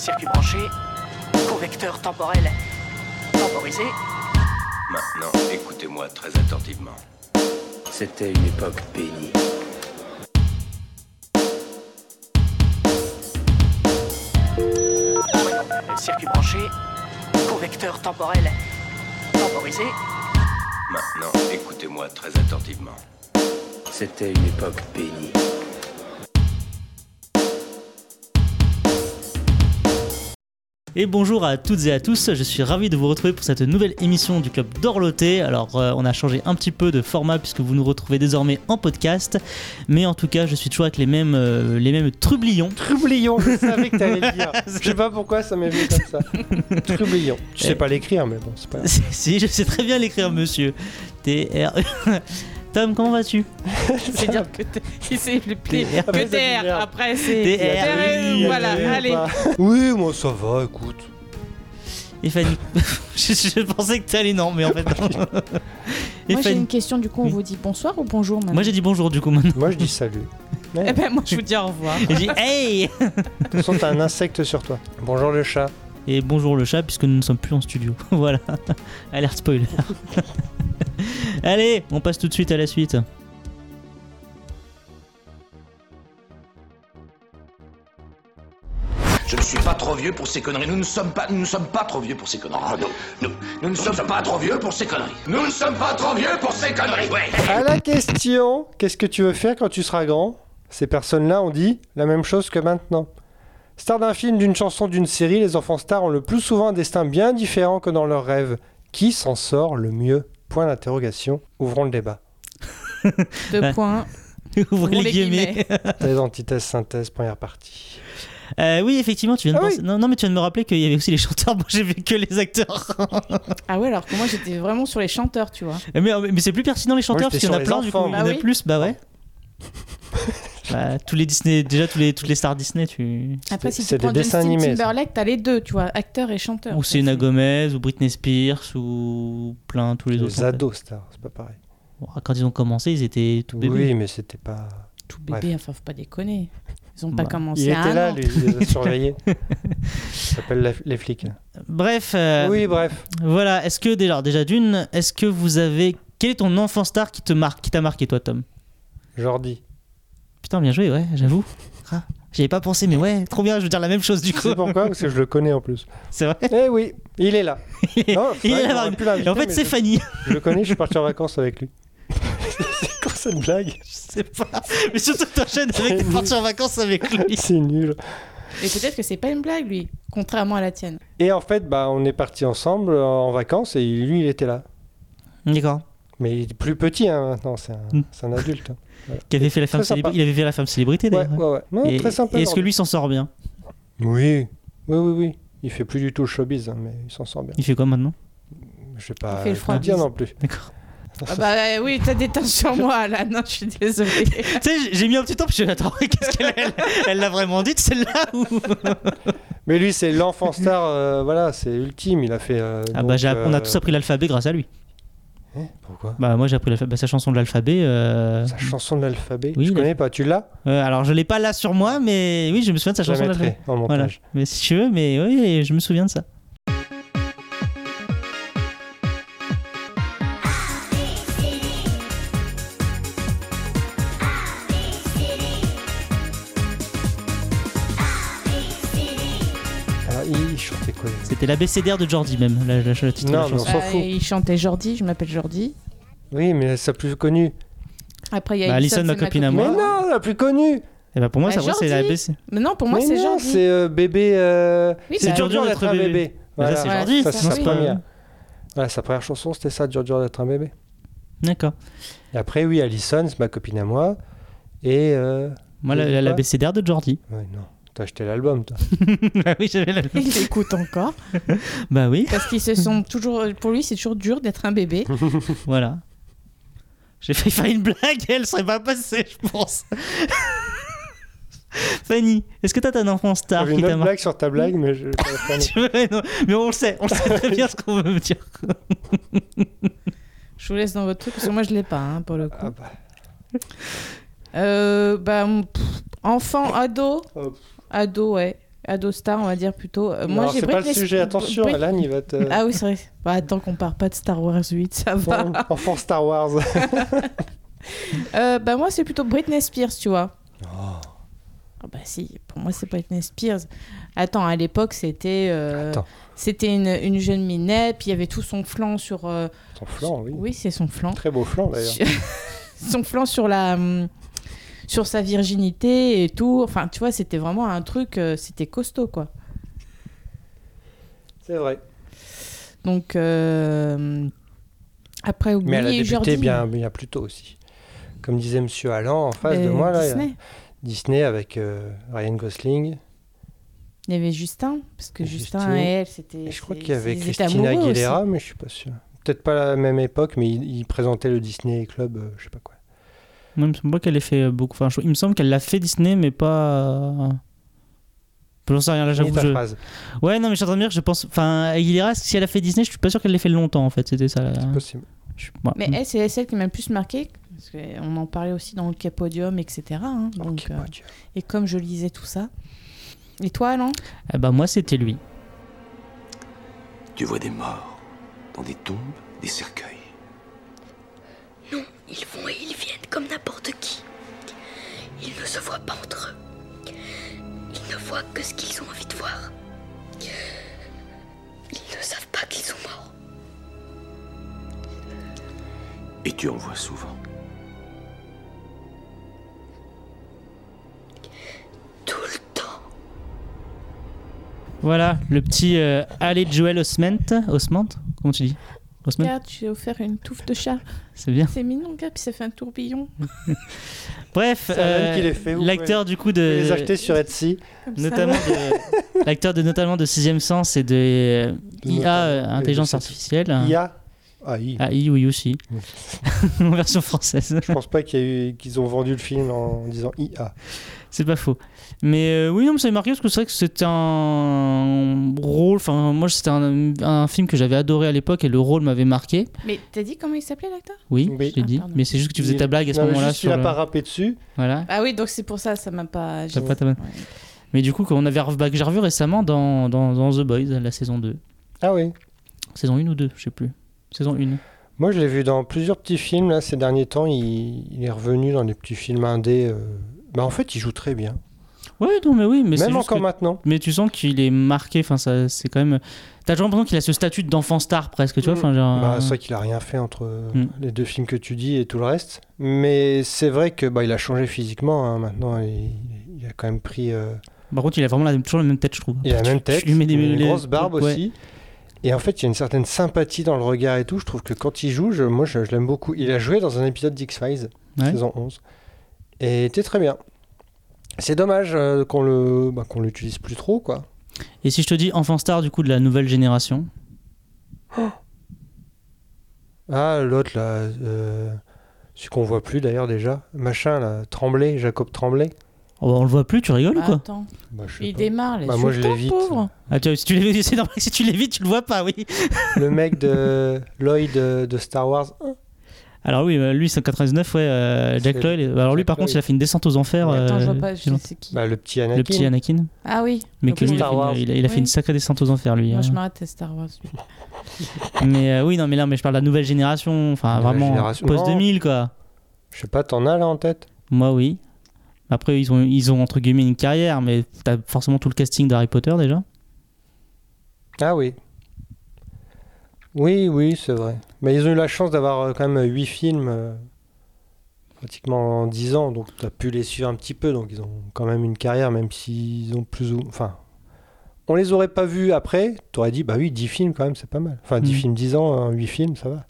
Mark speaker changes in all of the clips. Speaker 1: Circuit branché, convecteur temporel temporisé.
Speaker 2: Maintenant, écoutez-moi très attentivement. C'était une époque bénie.
Speaker 1: Circuit branché, convecteur temporel temporisé.
Speaker 2: Maintenant, écoutez-moi très attentivement. C'était une époque bénie.
Speaker 3: Et bonjour à toutes et à tous, je suis ravi de vous retrouver pour cette nouvelle émission du Club d'Orloté. Alors euh, on a changé un petit peu de format puisque vous nous retrouvez désormais en podcast, mais en tout cas je suis toujours avec les mêmes, euh, les mêmes trublions.
Speaker 4: Trublion, je savais que t'allais le dire. Je sais pas pourquoi ça m'est venu comme ça. Trublion. Tu
Speaker 5: Eh.
Speaker 4: sais pas l'écrire, mais bon, c'est pas grave.
Speaker 3: si, je sais très bien l'écrire monsieur. T-R... Tom, comment vas-tu
Speaker 5: C'est dire que t'es. C'est le pire.
Speaker 3: TR.
Speaker 5: Que
Speaker 4: Après, ça
Speaker 5: TR,
Speaker 4: t'énerve.
Speaker 5: après
Speaker 3: TR,
Speaker 5: c'est.
Speaker 3: oui,
Speaker 5: TR, Voilà,
Speaker 4: Euh,
Speaker 5: allez.
Speaker 4: bah, Oui, moi ça va, écoute.
Speaker 3: Et Fanny je, je pensais que t'allais non, mais en fait non. Et
Speaker 6: Moi j'ai
Speaker 3: Fanny
Speaker 6: une question, du coup on
Speaker 3: Oui.
Speaker 6: vous dit bonsoir ou bonjour maintenant
Speaker 3: Moi j'ai dit bonjour du coup maintenant.
Speaker 4: Moi je dis salut. Ouais.
Speaker 5: Eh ben moi je vous dis au revoir.
Speaker 3: J'ai dit hey
Speaker 4: De toute façon, t'as un insecte sur toi. Bonjour le chat.
Speaker 3: Et bonjour le chat, puisque nous ne sommes plus en studio. voilà. Alerte spoiler. Allez, on passe tout de suite à la suite.
Speaker 7: Je ne suis pas trop vieux pour ces conneries. Nous ne sommes pas, nous ne sommes pas trop vieux pour ces conneries. Nous, nous, ne sommes, pas trop vieux pour ces conneries. Nous ne sommes pas trop vieux pour ces conneries. Ouais.
Speaker 4: À la question, qu'est-ce que tu veux faire quand tu seras grand Ces personnes-là ont dit la même chose que maintenant. Star d'un film, d'une chanson, d'une série, les enfants stars ont le plus souvent un destin bien différent que dans leurs rêves. Qui s'en sort le mieux Point d'interrogation. Ouvrons le débat.
Speaker 3: Ouais.
Speaker 6: Deux points.
Speaker 3: Ouvrez
Speaker 5: Ouvrons
Speaker 3: les
Speaker 5: les
Speaker 3: guillemets.
Speaker 4: Thèse, antithèse, synthèse, première partie.
Speaker 3: Euh, oui, effectivement, tu viens de
Speaker 4: Ah
Speaker 3: penser-
Speaker 4: oui.
Speaker 3: non, non, mais tu viens de me rappeler qu'il y avait aussi les chanteurs. Moi, j'ai vu que les acteurs.
Speaker 6: Ah ouais alors que moi j'étais vraiment sur les chanteurs tu vois.
Speaker 3: mais euh, mais c'est plus pertinent les chanteurs
Speaker 4: Moi,
Speaker 3: parce
Speaker 4: j'étais
Speaker 3: qu'il y en a plein
Speaker 4: sur les
Speaker 3: du coup.
Speaker 4: enfants,
Speaker 3: Il y
Speaker 6: moi.
Speaker 3: en a
Speaker 6: Ah oui.
Speaker 3: plus, bah ouais. Bah, tous les Disney, déjà tous les toutes les stars Disney, tu.
Speaker 6: Après
Speaker 4: C'est-
Speaker 6: si
Speaker 4: c'est
Speaker 6: tu
Speaker 4: des
Speaker 6: prends
Speaker 4: dessins
Speaker 6: Justin
Speaker 4: animés, ça.
Speaker 6: Timberlake t'as les deux tu vois, acteur et chanteur.
Speaker 3: Ou Selena Gomez, ou Britney Spears, ou plein tous les,
Speaker 4: Les,
Speaker 3: autres. en fait.
Speaker 4: ados stars, c'est pas pareil.
Speaker 3: Bon, Quand ils ont commencé, ils étaient tout bébés.
Speaker 4: Oui, mais c'était pas.
Speaker 6: Tout bébé, enfin faut pas déconner. Ils ont pas
Speaker 3: Bah,
Speaker 6: commencé
Speaker 4: Il
Speaker 6: à
Speaker 4: était
Speaker 6: un
Speaker 4: là,
Speaker 6: an.
Speaker 4: lui, il les a surveillés. Ça s'appelle la- les flics.
Speaker 3: Bref. euh,
Speaker 4: Oui, bref.
Speaker 3: Voilà, est-ce que déjà, déjà d'une, est-ce que vous avez. Quel est ton enfant star qui te marque, qui t'a marqué toi, Tom
Speaker 4: Jordi.
Speaker 3: Putain, bien joué, ouais, j'avoue. Ah, J'y avais pas pensé, mais ouais, trop bien, je veux dire la même chose du
Speaker 4: Tu
Speaker 3: coup.
Speaker 4: sais pourquoi Parce que je le connais en plus.
Speaker 3: C'est vrai.
Speaker 4: Eh oui, il est là. Non,
Speaker 3: Il
Speaker 4: ouais,
Speaker 3: est là,
Speaker 4: j'aurais
Speaker 3: Marc.
Speaker 4: pu l'inviter,
Speaker 3: Et en fait,
Speaker 4: mais
Speaker 3: c'est
Speaker 4: je-
Speaker 3: Fanny.
Speaker 4: Je le connais, je suis parti en vacances avec lui. c'est quoi cette blague
Speaker 3: Je sais pas. Mais surtout, t'enchaînes avec t'es parti en vacances avec lui.
Speaker 4: C'est nul.
Speaker 6: Et peut-être que c'est pas une blague lui, contrairement à la tienne.
Speaker 4: Et en fait, bah, on est parti ensemble euh, en vacances et lui, il était là.
Speaker 3: D'accord.
Speaker 4: Mais il est plus petit hein, maintenant, c'est un,
Speaker 3: Mm.
Speaker 4: c'est un adulte. hein.
Speaker 3: Qui avait fait la femme
Speaker 4: Très sympa.
Speaker 3: célébri- Il avait fait la femme célébrité
Speaker 4: Ouais,
Speaker 3: d'ailleurs.
Speaker 4: ouais, ouais. Non,
Speaker 3: Et-
Speaker 4: très sympa.
Speaker 3: et est-ce que
Speaker 4: Jordi.
Speaker 3: lui s'en sort bien
Speaker 4: Oui, oui, oui, oui. Il fait plus du tout le showbiz, hein, mais il s'en sort bien.
Speaker 3: Il fait quoi maintenant
Speaker 4: Je vais pas
Speaker 6: fait le
Speaker 4: te
Speaker 6: froid.
Speaker 4: dire non plus.
Speaker 3: D'accord.
Speaker 6: Ah bah euh, oui t'as des teintes sur moi là, non je suis désolée.
Speaker 3: tu sais, j'ai- j'ai mis un petit temps, puis je me suis dit, attends, qu'est-ce qu'elle elle- Elle l'a vraiment dit, celle-là ou...
Speaker 4: Mais lui, c'est l'enfant star, euh, voilà, c'est ultime. Il a fait. euh,
Speaker 3: Ah
Speaker 4: donc,
Speaker 3: bah, j'ai app- on a
Speaker 4: euh,
Speaker 3: tous appris l'alphabet grâce à lui.
Speaker 4: eh, Pourquoi
Speaker 3: Bah moi j'ai appris l'alpha- bah, sa chanson de l'alphabet. euh,
Speaker 4: Sa chanson de l'alphabet,
Speaker 3: Oui,
Speaker 4: je
Speaker 3: il a-
Speaker 4: connais pas. Tu l'as
Speaker 3: euh, alors je l'ai pas là sur moi, mais oui je me souviens de sa
Speaker 4: Je la
Speaker 3: chanson de
Speaker 4: mettrai
Speaker 3: l'alphabet.
Speaker 4: en
Speaker 3: Voilà.
Speaker 4: montage.
Speaker 3: Mais si tu veux, mais oui je me souviens de ça.
Speaker 4: Alors, Ah, il chantait quoi il-
Speaker 3: C'était l'ABCDR de Jordi même, la, la- le titre de
Speaker 4: Non,
Speaker 3: la
Speaker 4: mais on
Speaker 3: chanson.
Speaker 4: s'en
Speaker 6: Bah,
Speaker 4: fout.
Speaker 6: il chantait Jordi, je m'appelle Jordi.
Speaker 4: Oui, mais sa plus connue.
Speaker 6: Après il y a
Speaker 3: Bah,
Speaker 6: Alison,
Speaker 3: Alison, ma
Speaker 6: c'est
Speaker 3: copine à moi.
Speaker 4: Mais non, la plus connue
Speaker 3: Et bah pour moi
Speaker 6: Bah,
Speaker 3: ça vrai, c'est
Speaker 6: Jordi.
Speaker 3: l'ABC.
Speaker 6: Mais non pour moi
Speaker 4: Mais
Speaker 6: c'est
Speaker 4: non,
Speaker 6: Jordi.
Speaker 4: c'est euh, bébé. euh,
Speaker 6: Oui,
Speaker 3: c'est
Speaker 6: bah,
Speaker 3: Jordi. dur d'être
Speaker 4: un
Speaker 3: bébé. Mais
Speaker 4: Voilà.
Speaker 3: ça c'est
Speaker 6: Ouais,
Speaker 3: Jordi,
Speaker 4: ça,
Speaker 6: ça,
Speaker 4: c'est
Speaker 3: sinon
Speaker 4: sa
Speaker 6: oui.
Speaker 3: pas...
Speaker 4: première. Voilà, sa première chanson, c'était ça, dur, dur d'être un bébé.
Speaker 3: D'accord.
Speaker 4: Et après, oui, Alison, c'est ma copine à moi. Et. euh,
Speaker 3: Moi la-
Speaker 4: Je
Speaker 3: la-
Speaker 4: sais pas.
Speaker 3: l'ABCDR de Jordi.
Speaker 4: ouais, non, t'as acheté l'album, toi.
Speaker 3: bah oui j'avais la...
Speaker 6: Il l'écoute encore
Speaker 3: Bah oui,
Speaker 6: parce qu'ils se sont toujours pour lui c'est toujours dur d'être un bébé.
Speaker 3: voilà. J'ai failli faire une blague et elle serait pas passée je pense. Fanny, est-ce que t'as un enfant star
Speaker 4: J'avais
Speaker 3: qui
Speaker 4: une
Speaker 3: t'a
Speaker 4: autre
Speaker 3: marqué
Speaker 4: blague sur ta blague, mais je. je vais pas la faire, non.
Speaker 3: Tu veux- non, mais on le sait, on le sait très bien ce qu'on veut dire.
Speaker 6: Je vous laisse dans votre truc parce que moi je l'ai pas hein, pour le coup.
Speaker 4: Ah bah.
Speaker 6: Euh, bah, m- pff, enfant, ado.
Speaker 4: Ah. Oh.
Speaker 6: Ado, ouais. Ado star, on va dire plutôt. Euh, moi,
Speaker 4: Non,
Speaker 6: j'ai
Speaker 4: c'est pas le
Speaker 6: Britney
Speaker 4: sujet,
Speaker 6: Sp-
Speaker 4: attention,
Speaker 6: Brit-
Speaker 4: Alan, il va te.
Speaker 6: Ah oui, c'est vrai. Bah, attends qu'on parle pas de Star Wars 8, ça va.
Speaker 4: Enfant- Enfant Star Wars.
Speaker 6: Euh, bah, moi, c'est plutôt Britney Spears, tu vois.
Speaker 4: Oh.
Speaker 6: Ah bah si, pour moi, c'est Britney Spears. Attends, à l'époque, c'était. euh,
Speaker 4: Attends.
Speaker 6: C'était une, une jeune minette, puis il y avait tout son flanc sur. euh,
Speaker 4: Ton flanc, oui.
Speaker 6: Oui, c'est son flanc.
Speaker 4: Très beau flanc, d'ailleurs.
Speaker 6: son flanc sur la hum, sur sa virginité et tout. Enfin, tu vois, c'était vraiment un truc, euh, c'était costaud quoi.
Speaker 4: C'est vrai.
Speaker 6: Donc euh, après,
Speaker 4: Mais elle a
Speaker 6: oubliez
Speaker 4: débuté
Speaker 6: Jordi.
Speaker 4: bien, bien plus tôt aussi. Comme disait Monsieur Allan en face de
Speaker 6: Euh,
Speaker 4: moi, là, il y a
Speaker 6: Disney.
Speaker 4: Disney avec euh, Ryan Gosling.
Speaker 6: Il y avait Justin, parce que
Speaker 4: Et
Speaker 6: Justin,
Speaker 4: Justine.
Speaker 6: et elle, c'était.
Speaker 4: Et je crois
Speaker 6: c'est-
Speaker 4: qu'il y avait
Speaker 6: ils étaient
Speaker 4: Christina
Speaker 6: amoureux aussi.
Speaker 4: Aguilera, mais je suis pas sûr. Peut-être pas la même époque, mais il, il présentait le Disney Club, euh, je sais pas quoi.
Speaker 3: Moi, il me semble pas qu'elle ait fait euh, beaucoup. Enfin, je- il me semble qu'elle l'a fait Disney, mais pas. Je n'en sais rien, là,
Speaker 4: Finis
Speaker 3: j'avoue. que
Speaker 4: ta
Speaker 3: Je...
Speaker 4: phrase.
Speaker 3: Ouais, non, mais je suis en train de dire, que je pense. Enfin, Aguilera, si elle a fait Disney, je suis pas sûr qu'elle l'ait fait longtemps, en fait. C'était ça. là.
Speaker 4: C'est possible.
Speaker 3: Je suis- ouais.
Speaker 6: Mais
Speaker 4: Mm.
Speaker 6: elle, c'est celle qui m'a le plus marqué, parce qu'on en parlait aussi dans le Capodium, etc. hein. donc,
Speaker 4: Ok, bah,
Speaker 6: euh,
Speaker 4: mon Dieu.
Speaker 6: et comme je lisais tout ça. Et toi, Alain
Speaker 3: Eh ben, moi, c'était lui.
Speaker 2: Tu vois des morts dans des tombes, des cercueils.
Speaker 8: Non, ils vont et ils viennent comme n'importe qui. Ils ne se voient pas entre eux. Ils ne voient que ce qu'ils ont envie de voir. Ils ne savent pas qu'ils sont morts.
Speaker 2: Et tu en vois souvent.
Speaker 8: Tout le temps.
Speaker 3: Voilà, le petit euh, Allez Joel Osment. Osment Comment tu dis Osment
Speaker 6: Regarde, j'ai offert une touffe de chat.
Speaker 3: C'est bien.
Speaker 6: C'est mignon, regarde, puis ça fait un tourbillon.
Speaker 3: Bref, euh,
Speaker 4: C'est Alan qui les fait, vous
Speaker 3: l'acteur du coup
Speaker 4: Vous
Speaker 3: de.
Speaker 4: pouvez les acheter sur Etsy.
Speaker 6: Comme ça.
Speaker 3: notamment de- l'acteur de notamment de Sixième Sens et de euh, IA euh,
Speaker 4: Notamment,
Speaker 3: intelligence
Speaker 4: et de-
Speaker 3: artificielle
Speaker 4: Il y a. Ah, il-
Speaker 3: ah I, oui aussi
Speaker 4: Oui.
Speaker 3: en version française
Speaker 4: Je pense pas qu'il y a eu- qu'ils ont vendu le film en disant IA.
Speaker 3: c'est pas faux mais euh, oui non mais ça m'a marqué parce que c'est vrai que c'était un rôle enfin moi c'était un, un film que j'avais adoré à l'époque et le rôle m'avait marqué
Speaker 6: Mais t'as dit comment il s'appelait l'acteur
Speaker 3: oui,
Speaker 4: Oui.
Speaker 3: je l'ai
Speaker 6: Ah,
Speaker 3: dit
Speaker 6: pardon.
Speaker 3: mais c'est juste que tu faisais
Speaker 4: Il-
Speaker 3: ta blague à ce
Speaker 4: Non, mais
Speaker 3: moment là
Speaker 4: juste, il a pas rappé dessus.
Speaker 3: voilà
Speaker 6: Ah oui, donc c'est pour ça, ça m'a pas.
Speaker 3: T'as pas ta bonne- mais du coup quand on avait bah, que j'ai revu récemment dans, dans, dans The Boys la saison 2
Speaker 4: Ah oui.
Speaker 3: saison 1 ou 2 je sais plus saison 1
Speaker 4: Moi, je l'ai vu dans plusieurs petits films. Là, ces derniers temps, il, il est revenu dans des petits films indés. euh. Bah, en fait, il joue très bien.
Speaker 3: ouais non mais oui mais c'est
Speaker 4: Même
Speaker 3: juste
Speaker 4: encore
Speaker 3: que-
Speaker 4: maintenant.
Speaker 3: mais tu sens qu'il est marqué enfin ça c'est quand même t'as toujours l'impression qu'il a ce statut d'enfant star presque tu vois enfin genre euh,
Speaker 4: Bah, c'est vrai qu'il a rien fait entre euh,
Speaker 3: Mm.
Speaker 4: les deux films que tu dis et tout le reste. Mais c'est vrai que bah, il a changé physiquement. hein. Maintenant, il, il a quand même pris. euh,
Speaker 3: par contre il a vraiment la- toujours la même tête je trouve
Speaker 4: il a la même tête,
Speaker 3: tu lui mets des-
Speaker 4: une
Speaker 3: les-
Speaker 4: grosse barbe
Speaker 3: ouais.
Speaker 4: aussi. Et en fait, il y a une certaine sympathie dans le regard et tout. Je trouve que quand il joue, je- moi, je, je l'aime beaucoup. Il a joué dans un épisode d'X-Files,
Speaker 3: Ouais.
Speaker 4: saison 11. Et il était très bien. C'est dommage euh, qu'on le, bah, qu'on l'utilise plus trop, quoi.
Speaker 3: et si je te dis enfant star du coup de la nouvelle génération
Speaker 4: Ah, l'autre, là, euh, celui qu'on voit plus d'ailleurs déjà. Machin, là, Tremblay, Jacob Tremblay.
Speaker 3: Oh, bah, on le voit plus tu rigoles ou quoi
Speaker 6: Attends,
Speaker 4: Bah, je sais
Speaker 6: il
Speaker 4: pas.
Speaker 6: démarre, les
Speaker 4: Bah, moi, je l'évite.
Speaker 6: pauvre.
Speaker 3: ah, tu vois, si tu l'évites c'est normal que si tu l'évites tu le vois pas oui
Speaker 4: Le mec de Lloyd euh, de Star Wars.
Speaker 3: alors oui bah, lui c'est en 99 ouais euh, Jack
Speaker 4: C'est-
Speaker 3: Lloyd alors lui
Speaker 4: Jack
Speaker 3: par contre
Speaker 4: Lloyd.
Speaker 3: il a fait une descente aux enfers
Speaker 4: Ouais,
Speaker 6: Attends, je
Speaker 3: euh,
Speaker 6: vois pas, je
Speaker 3: le-
Speaker 6: sais c'est qui.
Speaker 4: Bah, le petit Anakin.
Speaker 3: le petit Anakin
Speaker 6: Ah oui.
Speaker 3: mais
Speaker 6: Donc,
Speaker 3: que lui, il a
Speaker 4: Star
Speaker 3: fait une-
Speaker 4: Wars.
Speaker 3: il a, il a fait
Speaker 6: Oui.
Speaker 3: une sacrée descente aux enfers lui
Speaker 6: Moi,
Speaker 3: hein.
Speaker 6: je m'arrête à Star Wars.
Speaker 3: mais euh, oui non mais là mais je parle de la nouvelle génération enfin
Speaker 4: Nouvelle
Speaker 3: vraiment
Speaker 4: génération.
Speaker 3: post 2000 quoi
Speaker 4: Je sais pas, t'en as là en tête
Speaker 3: Moi, oui. Après, ils ont, ils ont entre guillemets une carrière, mais t'as forcément tout le casting d'Harry Potter déjà.
Speaker 4: Ah oui. Oui, oui, c'est vrai. Mais ils ont eu la chance d'avoir euh, quand même 8 films euh, pratiquement en 10 ans, donc t'as pu les suivre un petit peu, donc ils ont quand même une carrière, même s'ils ont plus ou... Enfin, on les aurait pas vus après, t'aurais dit, bah oui, 10 films quand même, c'est pas mal. Enfin, 10
Speaker 3: Mhm.
Speaker 4: films, 10 ans, 8 films, ça va.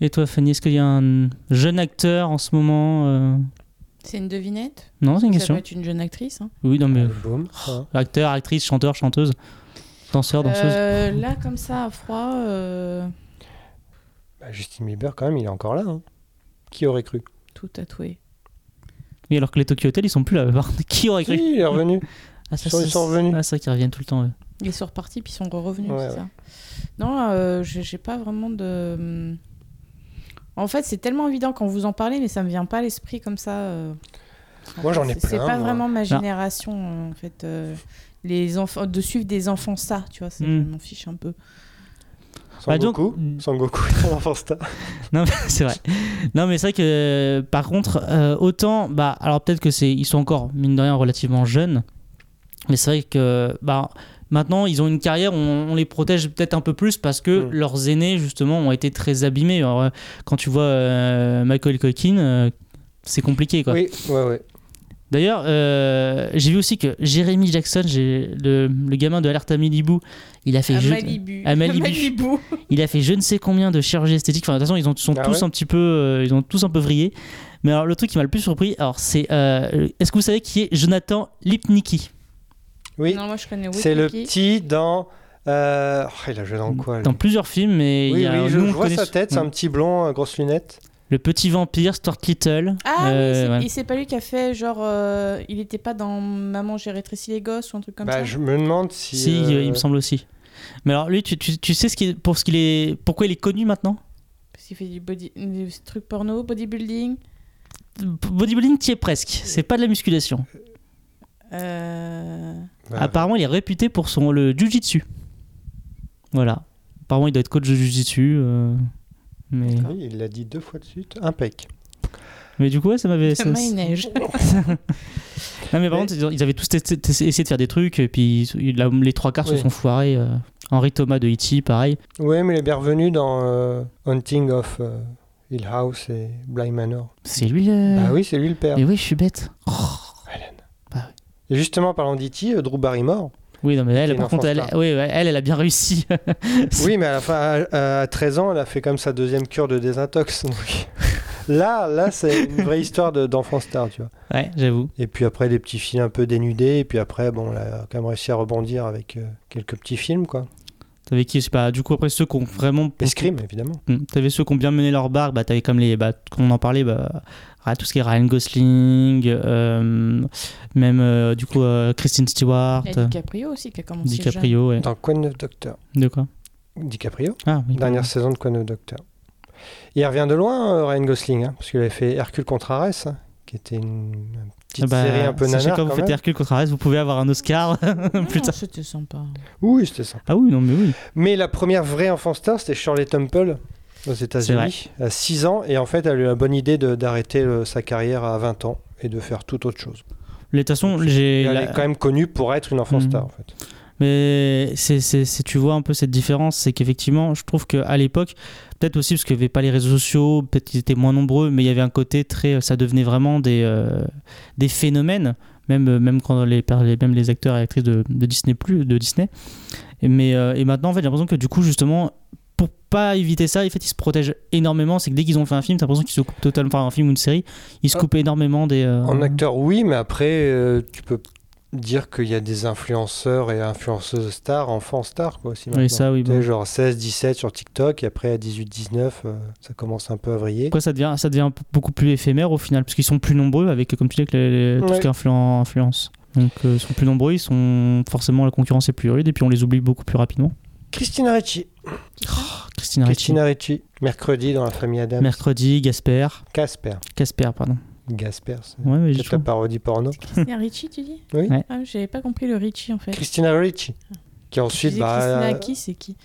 Speaker 3: Et toi, Fanny, est-ce qu'il y a un jeune acteur en ce moment euh,
Speaker 6: C'est une devinette
Speaker 3: Non, c'est une
Speaker 6: Ça peut
Speaker 3: question.
Speaker 6: être une jeune actrice. hein.
Speaker 3: Oui, non, mais.
Speaker 4: Boum. hein.
Speaker 3: Acteur, actrice, chanteur, chanteuse, danseur, danseuse.
Speaker 6: Euh, là, comme ça, à froid. euh,
Speaker 4: Bah, Justin Bieber, quand même, il est encore là. hein. Qui aurait cru
Speaker 6: Tout tatoué.
Speaker 3: Oui, alors que les Tokyo Hotel, ils sont plus là. par contre. Qui aurait cru
Speaker 4: Si, il est revenu.
Speaker 3: Ah, ça,
Speaker 4: ils sont-
Speaker 3: ça,
Speaker 4: ils sont
Speaker 3: ça-
Speaker 4: revenus.
Speaker 3: Ah, c'est vrai qu'ils reviennent tout le temps. eux.
Speaker 6: Ils sont repartis, puis ils sont revenus,
Speaker 4: Ouais,
Speaker 6: c'est
Speaker 4: ouais.
Speaker 6: ça Non, euh, j'ai j'ai pas vraiment de. hmm. En fait, c'est tellement évident quand vous en parlez, mais ça me vient pas à l'esprit comme ça. euh.
Speaker 4: Moi, j'en ai
Speaker 6: C'est- C'est
Speaker 4: plein,
Speaker 6: pas
Speaker 4: moi.
Speaker 6: vraiment ma génération, euh, en fait. euh, les enfants, de suivre des enfants ça, tu vois, ça,
Speaker 3: Hmm.
Speaker 6: je m'en fiche un peu.
Speaker 3: Bah, donc-
Speaker 4: Sangoku Sangoku est un enfant star.
Speaker 3: Non, mais c'est vrai. Non, mais c'est vrai que euh, par contre, euh, autant, bah, alors peut-être que c'est, ils sont encore mine de rien relativement jeunes, mais c'est vrai que, bah, maintenant ils ont une carrière, on, on les protège peut-être un peu plus parce que
Speaker 4: Mm.
Speaker 3: leurs aînés justement ont été très abîmés. Alors, euh, quand tu vois euh, Michael Culkin, euh, c'est compliqué quoi.
Speaker 4: Oui, ouais, ouais.
Speaker 3: D'ailleurs, euh, j'ai vu aussi que Jeremy Jackson, j'ai- le, le gamin de Alerta Malibu, il a fait
Speaker 6: À
Speaker 3: je-
Speaker 6: Malibu.
Speaker 3: à Malibu.
Speaker 6: Malibu.
Speaker 3: il a fait je ne sais combien de chirurgie esthétique. Enfin, de toute façon, ils ont, sont
Speaker 4: Ah
Speaker 3: tous
Speaker 4: ouais
Speaker 3: un petit peu, euh, ils ont tous un peu vrillé. Mais alors, le truc qui m'a le plus surpris, alors c'est, euh, est-ce que vous savez qui est Jonathan Lipnicki
Speaker 4: Oui,
Speaker 6: Non, moi je connais
Speaker 4: c'est le
Speaker 6: Wiki.
Speaker 4: petit dans. euh, oh, il a joué dans quoi lui
Speaker 3: dans plusieurs films Mais
Speaker 4: Oui,
Speaker 3: il y a,
Speaker 4: oui, je,
Speaker 3: nous, on
Speaker 4: je
Speaker 3: le
Speaker 4: vois
Speaker 3: connaît
Speaker 4: sa
Speaker 3: sous-
Speaker 4: tête, c'est un petit blond, euh, grosses lunettes.
Speaker 3: le petit vampire, Stuart Little.
Speaker 6: Ah
Speaker 3: Euh,
Speaker 6: oui, c'est-
Speaker 3: ouais.
Speaker 6: et c'est pas lui qui a fait genre. euh, il était pas dans Maman, j'ai rétréci les gosses ou un truc comme
Speaker 4: bah,
Speaker 6: ça
Speaker 4: Je me demande si.
Speaker 3: Si,
Speaker 4: euh,
Speaker 3: il me semble aussi. Mais alors, lui, tu, tu- tu sais ce qu'il- pour ce qu'il est, pourquoi il est connu maintenant
Speaker 6: Parce qu'il fait du, body, du truc porno, bodybuilding.
Speaker 3: Bodybuilding, t'y es presque. C'est pas de la musculation.
Speaker 6: Euh...
Speaker 4: bah,
Speaker 3: Apparemment, il est réputé pour son le jujitsu. Voilà. Apparemment, il doit être coach de jujitsu. euh, mais,
Speaker 4: oui, il l'a dit deux fois de suite. Impec.
Speaker 3: mais du coup, ouais, ça m'avait. ça-
Speaker 6: Thomas et Neige.
Speaker 3: Non, mais par
Speaker 4: Mais-
Speaker 3: contre, ils ont- ils avaient tous testé- testé- essayé de faire des trucs, et puis ils- ils- là, les trois quarts se
Speaker 4: Oui.
Speaker 3: sont foirés. euh, Henri Thomas de E.T., pareil.
Speaker 4: Oui, mais il est bienvenu dans euh, Hunting of euh, Hill House et Blind Manor.
Speaker 3: C'est lui. euh,
Speaker 4: Bah oui, c'est lui le père.
Speaker 3: Mais oui, je suis bête. Oh,
Speaker 4: Et justement, parlant d'E.T., euh, Drew Barrymore.
Speaker 3: Oui, non, mais elle,
Speaker 4: une
Speaker 3: par contre, elle,
Speaker 4: enfance
Speaker 3: oui, ouais, elle, elle a bien réussi.
Speaker 4: Oui, mais à, la fin, à, à 13 ans, elle a fait comme sa deuxième cure de désintox. donc. Là, là c'est une vraie histoire de- d'enfant star, tu vois.
Speaker 3: ouais, j'avoue.
Speaker 4: Et puis après, des petits films un peu dénudés. Et puis après, bon, elle a quand même réussi à rebondir avec euh, quelques petits films, quoi.
Speaker 3: T'avais qui, je sais pas, du coup, après ceux qui ont vraiment.
Speaker 4: Et Scream, évidemment.
Speaker 3: Mm. T'avais ceux qui ont bien mené leur barque, bah, t'avais comme les. Bah, qu'on en parlait, bah, ah, tout ce qui est Ryan Gosling, euh, même euh, du coup euh, Christine Stewart,
Speaker 6: Il y a DiCaprio aussi qui a commencé. jeune.
Speaker 3: DiCaprio, ouais.
Speaker 4: Dans Quoi de neuf, Docteur
Speaker 3: De quoi
Speaker 4: DiCaprio
Speaker 3: Ah, oui.
Speaker 4: Dernière saison de Quoi de neuf, Docteur. Il revient de loin, euh, Ryan Gosling, hein, parce qu'il avait fait Hercule contre Arès, hein, qui était une, une petite
Speaker 3: Ah bah,
Speaker 4: série un peu
Speaker 3: sachez
Speaker 4: nanar
Speaker 3: quand vous
Speaker 4: quand
Speaker 3: faites
Speaker 4: même.
Speaker 3: Hercule contre Arès, vous pouvez avoir un Oscar plus
Speaker 6: Non,
Speaker 3: tard.
Speaker 6: C'était sympa.
Speaker 4: Oui, c'était ça.
Speaker 3: Ah oui, non, mais oui.
Speaker 4: Mais la première vraie enfant star, c'était Shirley Temple, aux États-Unis, à 6 ans. Et en fait, elle a eu la bonne idée de- d'arrêter euh, sa carrière à 20 ans et de faire tout autre chose.
Speaker 3: De toute façon, j'ai.
Speaker 4: Et elle
Speaker 3: la-
Speaker 4: est quand même connue pour être une enfant
Speaker 3: Mhm.
Speaker 4: star, en fait.
Speaker 3: Mais c'est, c'est- c'est- tu vois un peu cette différence, c'est qu'effectivement, je trouve qu'à l'époque, peut-être aussi parce qu'il n'y avait pas les réseaux sociaux, peut-être qu'ils étaient moins nombreux, mais il y avait un côté très. euh, Ça devenait vraiment des, euh, des phénomènes, même, euh, même quand les, par les- même les acteurs et actrices de, de Disney. Plus, de Disney. Et, mais, euh, et maintenant, en fait, j'ai l'impression que du coup, justement, pour pas éviter ça, en fait, ils se protègent énormément. C'est que dès qu'ils ont fait un film, t'as l'impression qu'ils se coupent totalement. Enfin, un film ou une série, ils se
Speaker 4: Ah.
Speaker 3: coupent énormément des. euh,
Speaker 4: En acteur, oui, mais après, euh, tu peux dire qu'il y a des influenceurs et influenceuses stars, enfants stars, quoi, aussi, maintenant.
Speaker 3: Oui, ça, oui.
Speaker 4: Tu sais,
Speaker 3: bon.
Speaker 4: genre 16, 17 sur TikTok, et après à 18, 19, euh, ça commence un peu à vriller.
Speaker 3: Après, ça devient, ça devient un peu- beaucoup plus éphémère au final, parce qu'ils sont plus nombreux avec, comme tu dis, avec les- les- tout
Speaker 4: Ouais.
Speaker 3: ce qui est influen- influence. Donc, euh, ils sont plus nombreux, ils sont forcément la concurrence est plus rude, et puis on les oublie beaucoup plus rapidement.
Speaker 4: Christina Ricci.
Speaker 3: Christina Ricci,
Speaker 4: Christina Ricci. Mercredi dans la famille Adam.
Speaker 3: mercredi, Gasper,
Speaker 4: Casper.
Speaker 3: Casper, pardon.
Speaker 4: Gasper, c'est
Speaker 3: Ouais, mais je
Speaker 4: peut-être la
Speaker 3: trouve-
Speaker 4: parodie porno.
Speaker 6: Christina Ricci, tu dis
Speaker 4: Oui.
Speaker 3: Ouais.
Speaker 6: Ah, J'avais pas compris le Ricci en fait.
Speaker 4: Christina Ricci. Qui
Speaker 6: Tu
Speaker 4: ensuite,
Speaker 6: disais
Speaker 4: bah.
Speaker 6: Christina
Speaker 4: euh,
Speaker 6: qui c'est qui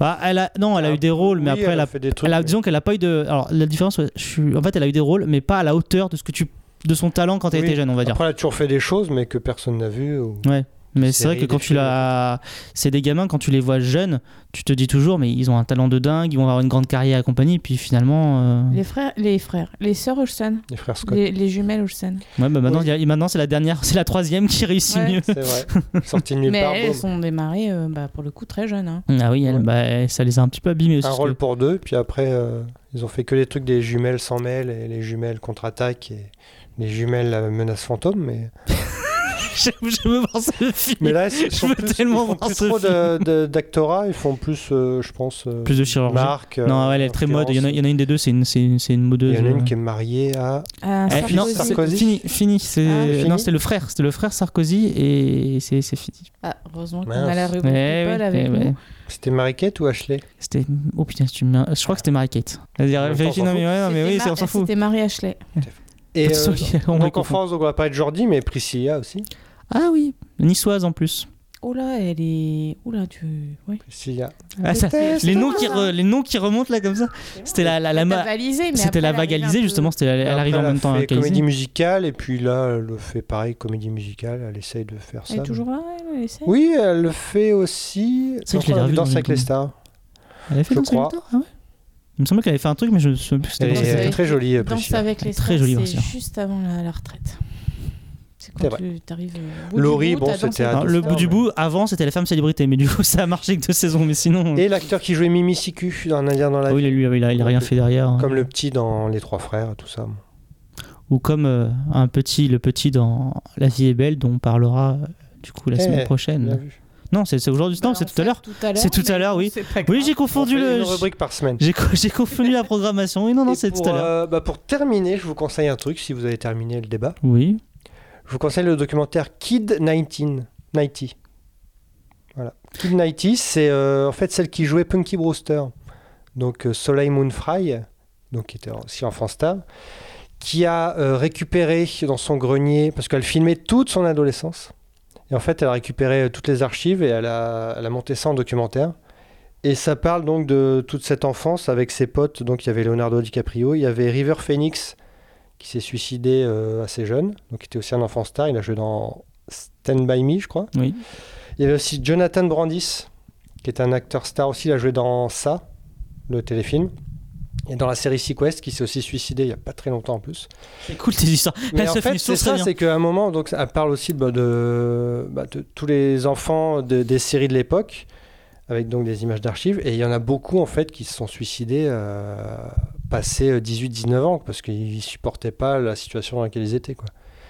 Speaker 3: Bah, elle a, non, elle a eu des rôles, mais
Speaker 4: Ah, oui,
Speaker 3: après, elle a,
Speaker 4: fait des trucs.
Speaker 3: elle a-
Speaker 4: mais-
Speaker 3: disons qu'elle a pas eu de. Alors, la différence, ouais, je suis- en fait, elle a eu des rôles, mais pas à la hauteur de ce que tu, de son talent quand elle
Speaker 4: Oui.
Speaker 3: était jeune, on va dire.
Speaker 4: Après, elle a toujours fait des choses, mais que personne n'a vu. ou-
Speaker 3: Mais c'est vrai que
Speaker 4: séries,
Speaker 3: quand
Speaker 4: des
Speaker 3: tu
Speaker 4: films.
Speaker 3: l'as. C'est des gamins, quand tu les vois jeunes, tu te dis toujours, mais ils ont un talent de dingue, ils vont avoir une grande carrière et compagnie, puis finalement. euh,
Speaker 6: Les frères, les frères, les sœurs Olsen,
Speaker 4: Les frères Scott.
Speaker 6: les, les jumelles Olsen.
Speaker 3: Ouais, bah maintenant, il y a- maintenant c'est la dernière, c'est la troisième qui réussit
Speaker 6: Ouais.
Speaker 3: mieux.
Speaker 4: C'est vrai. Sorti de nulle
Speaker 6: Mais
Speaker 4: part.
Speaker 6: elles
Speaker 4: boum.
Speaker 6: sont démarrées euh, bah, pour le coup très jeunes. hein.
Speaker 3: Ah oui, elle,
Speaker 4: Ouais.
Speaker 3: bah, ça les a un petit peu abîmés aussi.
Speaker 4: Un
Speaker 3: parce
Speaker 4: rôle
Speaker 3: que-
Speaker 4: pour deux, puis après, euh, ils ont fait que les trucs des jumelles sans mêle et les jumelles contre-attaque et les jumelles euh, menace fantôme. Mais,
Speaker 3: J'aime- je veux voir ce film.
Speaker 4: mais là, ils
Speaker 3: Je
Speaker 4: sont
Speaker 3: veux
Speaker 4: plus,
Speaker 3: tellement
Speaker 4: ils font
Speaker 3: voir
Speaker 4: plus
Speaker 3: ce
Speaker 4: trop
Speaker 3: film.
Speaker 4: de- de- d'actorat, ils font plus, euh, je pense, euh,
Speaker 3: Plus de chirurgie.
Speaker 4: marque. euh,
Speaker 3: non, ouais, elle est très mode. Il y, en a, il y en a une des deux, c'est une, c'est une, c'est une
Speaker 4: Il
Speaker 3: modeuse.
Speaker 4: y en a
Speaker 3: euh.
Speaker 4: une qui est mariée à.
Speaker 6: Ah,
Speaker 3: Eh,
Speaker 6: Sarkozy.
Speaker 3: non, c'est-
Speaker 4: Sarkozy.
Speaker 3: fini, fini. C'est
Speaker 6: Ah,
Speaker 4: fini.
Speaker 3: non, c'était le frère, c'était le frère Sarkozy et c'est c'est fini.
Speaker 6: Ah, heureusement qu'on
Speaker 4: Mince.
Speaker 6: a la rue
Speaker 3: Eh
Speaker 6: People
Speaker 3: oui,
Speaker 6: avec
Speaker 3: eh
Speaker 6: nous.
Speaker 3: ouais.
Speaker 4: C'était Marie-Kate ou Ashley
Speaker 3: C'était oh putain, tu me- je crois que c'était Marie Kate. Vas-y,
Speaker 4: même temps,
Speaker 3: vérifie.
Speaker 4: on s'en
Speaker 3: Non mais ouais, non, mais
Speaker 6: C'était
Speaker 3: oui,
Speaker 6: Mar-
Speaker 3: c'est- on s'en fout.
Speaker 6: C'était Marie Ashley.
Speaker 4: Et
Speaker 3: Parce
Speaker 4: euh,
Speaker 3: que- on les
Speaker 4: donc en
Speaker 3: confond.
Speaker 4: France, donc, on va parler de Jordi, mais Priscilla aussi.
Speaker 3: Ah oui, niçoise en plus.
Speaker 6: Oh là, elle est. Oh là, tu. Ouais.
Speaker 4: Priscilla.
Speaker 3: Ah, ça-
Speaker 4: Déteste
Speaker 3: les, noms qui re- les noms qui remontent là comme ça.
Speaker 4: Ah,
Speaker 3: C'était la, la, la, ma-
Speaker 6: T'as valisé, mais après,
Speaker 3: c'était la
Speaker 6: elle arrive un
Speaker 3: vagalisée
Speaker 6: peu-
Speaker 3: justement, c'était la- elle
Speaker 4: Après,
Speaker 3: arrive en
Speaker 4: a
Speaker 3: même temps à
Speaker 4: fait
Speaker 3: la
Speaker 4: comédie
Speaker 3: Calisée.
Speaker 4: musicale, et puis là, elle le fait pareil, comédie musicale, elle essaye de faire ça.
Speaker 6: Elle est
Speaker 4: mais-
Speaker 6: toujours là, elle elle essaie.
Speaker 4: Oui, elle le fait aussi.
Speaker 3: C'est vrai que je l'ai
Speaker 4: dans
Speaker 3: revue
Speaker 4: Danse
Speaker 3: dans
Speaker 4: avec
Speaker 3: les
Speaker 4: les stars.
Speaker 3: Elle avait fait
Speaker 4: je
Speaker 3: Danse avec
Speaker 4: crois.
Speaker 3: les stars Ah ouais. Il me semblait qu'elle avait fait un truc, mais je me souviens plus
Speaker 4: Elle
Speaker 3: c'était
Speaker 4: est
Speaker 3: quoi.
Speaker 6: Danse
Speaker 4: euh,
Speaker 6: avec-
Speaker 4: très jolie, euh,
Speaker 6: Danse
Speaker 4: Priscilla.
Speaker 6: avec les
Speaker 3: Très
Speaker 6: stars,
Speaker 3: jolie
Speaker 6: c'est
Speaker 3: version.
Speaker 6: juste avant la, la retraite. C'est
Speaker 4: C'est
Speaker 6: quand
Speaker 4: vrai.
Speaker 6: tu arrives.
Speaker 4: Laurie, bon, c'était à
Speaker 3: Alors, le bout du bout, avant c'était la femme célébrité, mais du coup ça a marché que deux saisons, mais sinon.
Speaker 4: Et l'acteur qui jouait Mimi Siku dans Un Indien dans la
Speaker 3: Ah oui,
Speaker 4: vie.
Speaker 3: lui, ah oui, il a, il a rien fait derrière. hein.
Speaker 4: Comme le petit dans Les Trois Frères, tout
Speaker 3: Mmh.
Speaker 4: ça.
Speaker 3: Ou comme euh, un petit, le petit dans La vie est belle, dont on parlera euh, du coup la
Speaker 4: Eh, Bah,
Speaker 3: semaine
Speaker 4: Bien
Speaker 3: prochaine.
Speaker 4: vu.
Speaker 3: Non, c'est c'est aujourd'hui,
Speaker 6: Bah,
Speaker 3: non, c'est tout à l'heure. C'est tout à l'heure, oui. Oui, j'ai
Speaker 4: On fait
Speaker 3: confondu le.
Speaker 4: une rubrique par semaine.
Speaker 3: J'ai co- j'ai confondu la programmation. Oui, non, non,
Speaker 4: Et
Speaker 3: c'est
Speaker 4: pour,
Speaker 3: tout à l'heure.
Speaker 4: euh, bah, pour terminer, je vous conseille un truc si vous avez terminé le débat.
Speaker 3: Oui.
Speaker 4: Je vous conseille le documentaire Kid 19, 90. Voilà. Kid 90, c'est euh, en fait celle qui jouait Punky Brewster. Donc euh, Soleil Moon Fry, donc qui était aussi en France Star, qui a euh, récupéré dans son grenier, parce qu'elle filmait toute son adolescence. Et en fait, elle a récupéré euh, toutes les archives et elle a, elle a monté ça en documentaire. Et ça parle donc de toute cette enfance avec ses potes. Donc il y avait Leonardo DiCaprio, il y avait River Phoenix qui s'est suicidé euh, assez jeune, donc qui était aussi un enfant star. Il a joué dans Stand By Me, je crois.
Speaker 3: Oui.
Speaker 4: Il y avait aussi Jonathan Brandis, qui est un acteur star aussi. Il a joué dans Ça, le téléfilm. Et dans la série Sequest, qui s'est aussi suicidé il n'y a pas très longtemps en plus.
Speaker 3: C'est cool tes histoires.
Speaker 4: Mais
Speaker 3: Là,
Speaker 4: en
Speaker 3: ça
Speaker 4: fait,
Speaker 3: finit
Speaker 4: c'est
Speaker 3: toujours
Speaker 4: ça,
Speaker 3: très bien.
Speaker 4: c'est qu'à un moment, donc, elle parle aussi bah, de, bah, de tous les enfants de- des séries de l'époque, avec donc des images d'archives, et il y en a beaucoup en fait qui se sont suicidés euh, passé 18-19 ans, parce qu'ils supportaient pas la situation dans laquelle ils étaient. Quoi.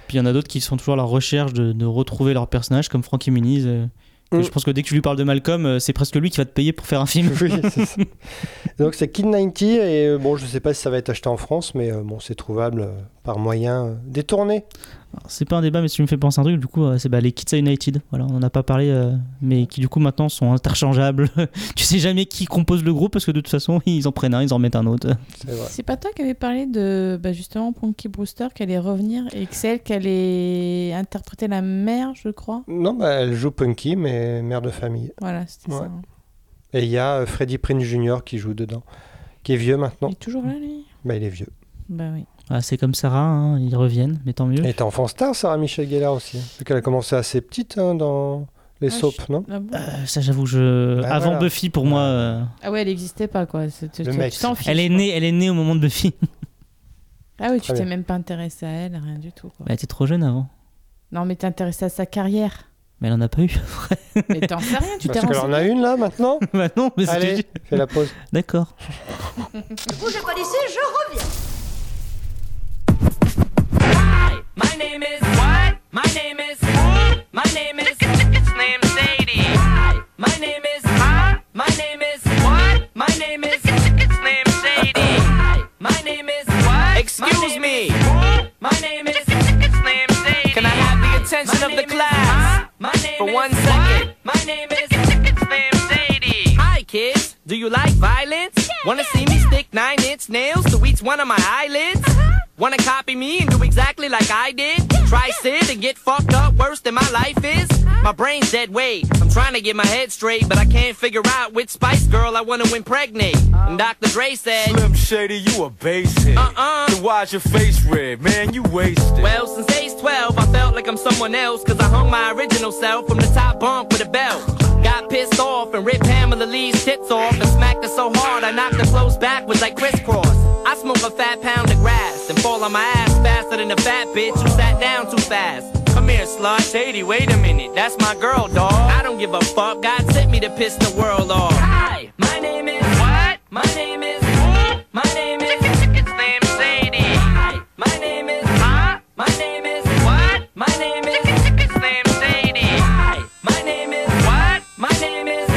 Speaker 3: Puis il y en a d'autres qui sont toujours à la recherche de, de retrouver leur personnage, comme Frankie Muniz. euh, que
Speaker 4: Mm.
Speaker 3: Je pense que dès que tu lui parles de Malcolm, euh, c'est presque lui qui va te payer pour faire un film.
Speaker 4: Oui, c'est ça. Donc c'est Kid 90 et euh, bon, je sais pas si ça va être acheté en France, mais euh, bon, c'est trouvable euh, par moyen euh, détourné.
Speaker 3: Alors, C'est pas un débat, mais si tu me fais penser à un truc, du coup, euh, c'est bah, les Kids United. Voilà, on en a pas parlé, euh, mais qui du coup maintenant sont interchangeables. tu sais jamais qui compose le groupe parce que de toute façon, ils en prennent un, ils en mettent un autre.
Speaker 4: C'est vrai.
Speaker 6: C'est pas toi qui avais parlé de bah, justement Punky Brewster qu'elle allait revenir et que celle qu'elle allait interpréter la mère, je crois.
Speaker 4: Non, bah, elle joue Punky, mais mère de famille.
Speaker 6: Voilà, c'était
Speaker 4: Ouais.
Speaker 6: ça. hein.
Speaker 4: Et il y a euh, Freddy Prinze Jr. qui joue dedans, qui est vieux maintenant.
Speaker 6: Il est toujours là, lui
Speaker 4: Bah, il est vieux.
Speaker 6: Bah oui.
Speaker 3: Ah, c'est comme Sarah, hein, ils reviennent, mais tant mieux.
Speaker 4: Elle était enfant star, Sarah Michelle Gellar aussi. Vu qu'elle a commencé assez petite hein, dans les
Speaker 6: Ah,
Speaker 4: soaps, non
Speaker 6: Ah, bon
Speaker 3: Euh, ça, j'avoue, je.
Speaker 4: Bah,
Speaker 3: Avant
Speaker 4: voilà.
Speaker 3: Buffy, pour moi. euh,
Speaker 6: Ah ouais, elle existait pas, quoi. C'est- Tu
Speaker 4: Le
Speaker 6: tu-
Speaker 4: mec,
Speaker 6: tu t'en
Speaker 4: ça.
Speaker 6: fiches,
Speaker 3: Elle est
Speaker 6: quoi.
Speaker 3: née, elle est née au moment de Buffy.
Speaker 6: Ah oui, tu
Speaker 4: Très
Speaker 6: t'es
Speaker 4: bien.
Speaker 6: même pas intéressé à elle, rien du tout, quoi.
Speaker 3: Bah, elle était trop jeune avant.
Speaker 6: Non, mais t'es intéressé à sa carrière.
Speaker 3: Mais elle en a pas eu.
Speaker 6: mais t'en sais rien, tu t'es
Speaker 4: Parce qu'elle
Speaker 6: renseigné.
Speaker 4: en a une là maintenant
Speaker 3: bah non, mais c'est-
Speaker 4: Allez, fais la pause.
Speaker 3: D'accord.
Speaker 9: Vous je connaissez, je reviens.
Speaker 1: My name is what? My name is My name is name Sadie. My name is My name is what? My name is name Sadie. My name is what? Excuse me. My name is name Sadie. Can I have the attention of the class for one second? My name is name Sadie.
Speaker 9: Hi kids, do you like violence? Wanna see me stick nine inch nails to each one of my eyelids? Wanna copy me and do exactly like I did? Try sit and get fucked up worse than my life is? My brain's dead weight. I'm trying to get my head straight, but I can't figure out which Spice Girl I wanna impregnate. And Dr. Dre said,
Speaker 10: Slim Shady, you a basic.
Speaker 9: Uh-uh.
Speaker 10: Then Why's your face red, man? You wasted.
Speaker 9: Well, since age 12, I felt like I'm someone else, cause I hung my original self from the top bunk with a belt. Got pissed off and ripped Pamela Lee's tits off and smacked her so hard I knocked her clothes backwards like crisscross. I smoke a fat pound of grass and fall on my ass faster than a fat bitch who sat down too fast. Come here, slut. Shady, wait a minute. That's my girl, dog. I don't give a fuck. God sent me to piss the world off. Hi, my name is what? My name is my name is name Sadie. Hi, my name is huh? My name is what? My name is name Sadie. Hi, my name is what? My name is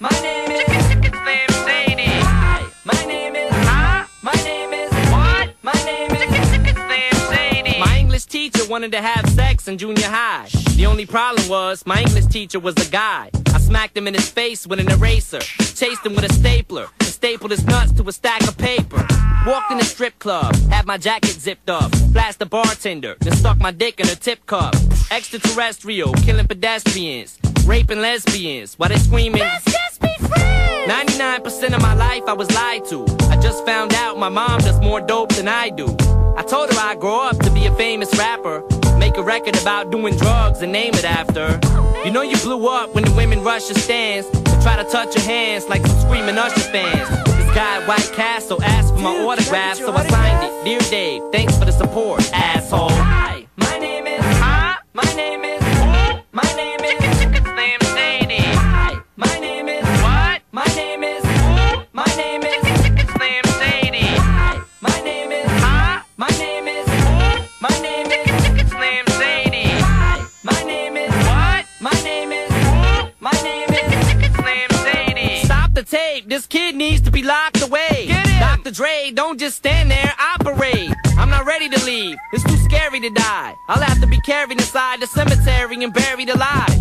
Speaker 9: my name is name Sadie. Hi, my name is huh? My name is what? My name is name Sadie. My English teacher wanted to have sex in junior high. The only problem was my English teacher was a guy. I smacked him in his face with an eraser, chased him with a stapler. Instead stapled his nuts to a stack of paper. Walked in the strip club, had my jacket zipped up. Blast the bartender, then stuck my dick in a tip cup. Extraterrestrial, killing pedestrians, raping lesbians while they screaming. Let's just be friends. 99% of my life I was lied to. I just found out my mom does more dope than I do. I told her I'd grow up to be a famous rapper. Make a record about doing drugs and name it after. You know you blew up when the women rush your stands and try to touch your hands like some screaming Usher fans. This guy at White Castle asked for my autograph, so I signed it. Dear Dave, thanks for the support, asshole.
Speaker 1: Hi, my name is Hi, my name is What? My name is Chicken Slim Shady. Hi, my name is What? My name is What? My name is Chicken Slim Shady. Hi, my name is Hi, my name is What? My name is Chicken Slim Shady. Hi, my name is What? My name is What? My name is Chicken Slim Shady.
Speaker 9: Stop the tape. This kid needs to be locked away. Get him. Dr. Dre, don't just stand there, operate. I'm not ready to leave. It's too scary to die. I'll have to be carried inside the cemetery and buried alive.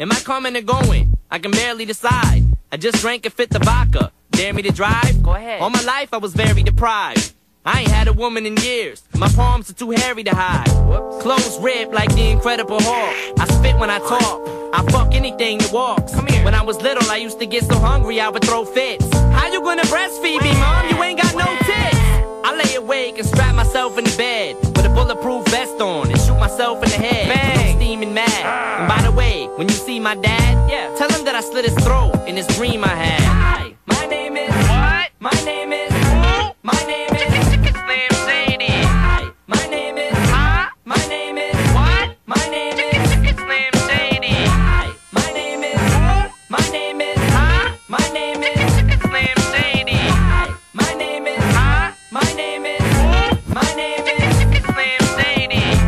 Speaker 9: Am I coming or going? I can barely decide. I just drank and fit the vodka. Dare me to drive? Go ahead. All my life I was very deprived. I ain't had a woman in years. My palms are too hairy to hide. Clothes ripped like the Incredible Hulk. I spit when I talk. I fuck anything that walks. Come here. When I was little, I used to get so hungry I would throw fits. How you gonna breastfeed me, mom? You ain't got no tits. I lay awake and strap myself in the bed with a bulletproof vest on and shoot myself in the head. Bang! Steaming mad. And by the way, when you see my dad, yeah, tell him that I slit his throat in this dream I had.
Speaker 1: Hi, my name is What? My name is Who? My name is Chicken Slim Shady. Hi, my name is Huh? My name is What? My name is Chicken Slim Shady. Hi, my name is Who? My name is Huh? My name is Chicken Slim Shady. Hi, my name is Huh? My name is Who? My name is Chicken Slim Shady.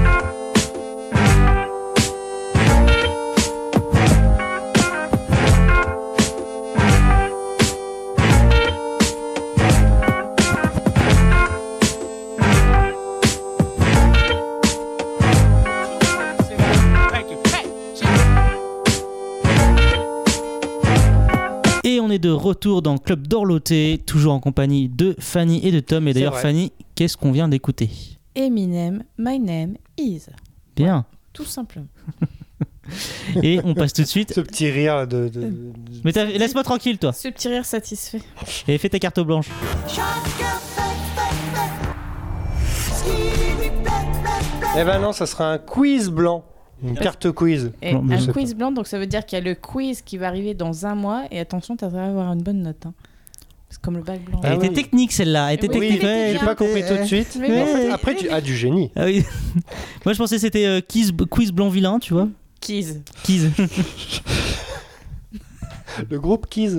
Speaker 3: Et on est de retour dans Club d'Orloté, toujours en compagnie de Fanny et de Tom. Et d'ailleurs,
Speaker 4: vrai.
Speaker 3: Fanny, qu'est-ce qu'on vient d'écouter
Speaker 6: Eminem, my name is.
Speaker 3: Bien.
Speaker 6: Tout simplement.
Speaker 3: Et on passe tout de suite.
Speaker 4: Ce petit rire de. de- de-
Speaker 3: Mais t'as- laisse-moi tranquille, toi.
Speaker 6: Ce petit rire satisfait.
Speaker 3: Et fais ta carte blanche.
Speaker 4: Eh ben non, ça sera un quiz blanc. Une carte quiz.
Speaker 6: Et
Speaker 3: Non, mais je
Speaker 6: un
Speaker 3: sais
Speaker 6: quiz blanc, donc ça veut dire qu'il y a le quiz qui va arriver dans un mois. Et attention, t'as intérêt à avoir une bonne note. hein. C'est comme le bac blanc.
Speaker 4: Ah
Speaker 3: Elle était
Speaker 4: oui.
Speaker 3: technique, celle-là. Elle était
Speaker 6: Oui,
Speaker 3: technique.
Speaker 6: elle était
Speaker 3: Ouais,
Speaker 4: J'ai pas compris tout de suite.
Speaker 6: Mais
Speaker 4: mais en
Speaker 6: bon,
Speaker 4: fait,
Speaker 6: c'est-
Speaker 4: après, tu as du génie.
Speaker 3: Ah oui. Moi, je pensais que c'était euh, quiz, quiz blanc vilain, tu vois.
Speaker 6: Quiz.
Speaker 3: Quiz.
Speaker 4: Le groupe Kiz.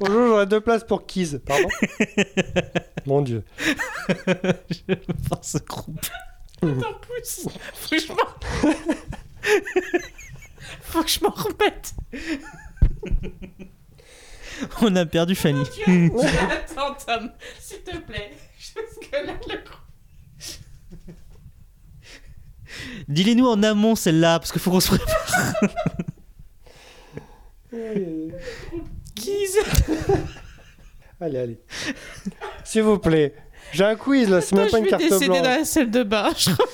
Speaker 4: Bonjour, j'aurais deux places pour Kiz. Pardon Mon dieu.
Speaker 3: je par ce groupe.
Speaker 6: Franchement. Faut que je m'en remette.
Speaker 3: On a perdu Fanny.
Speaker 6: Attends, Tom, s'il te plaît. Parce que là, le
Speaker 3: Dis-les-nous en amont, celle-là, parce qu'il faut qu'on se prépare.
Speaker 6: quiz.
Speaker 4: Allez, allez. S'il vous plaît. J'ai un quiz là, c'est même
Speaker 6: Je
Speaker 4: pas une
Speaker 6: vais
Speaker 4: carte
Speaker 6: décéder dans
Speaker 4: blanche.
Speaker 6: la salle de bain. je crois.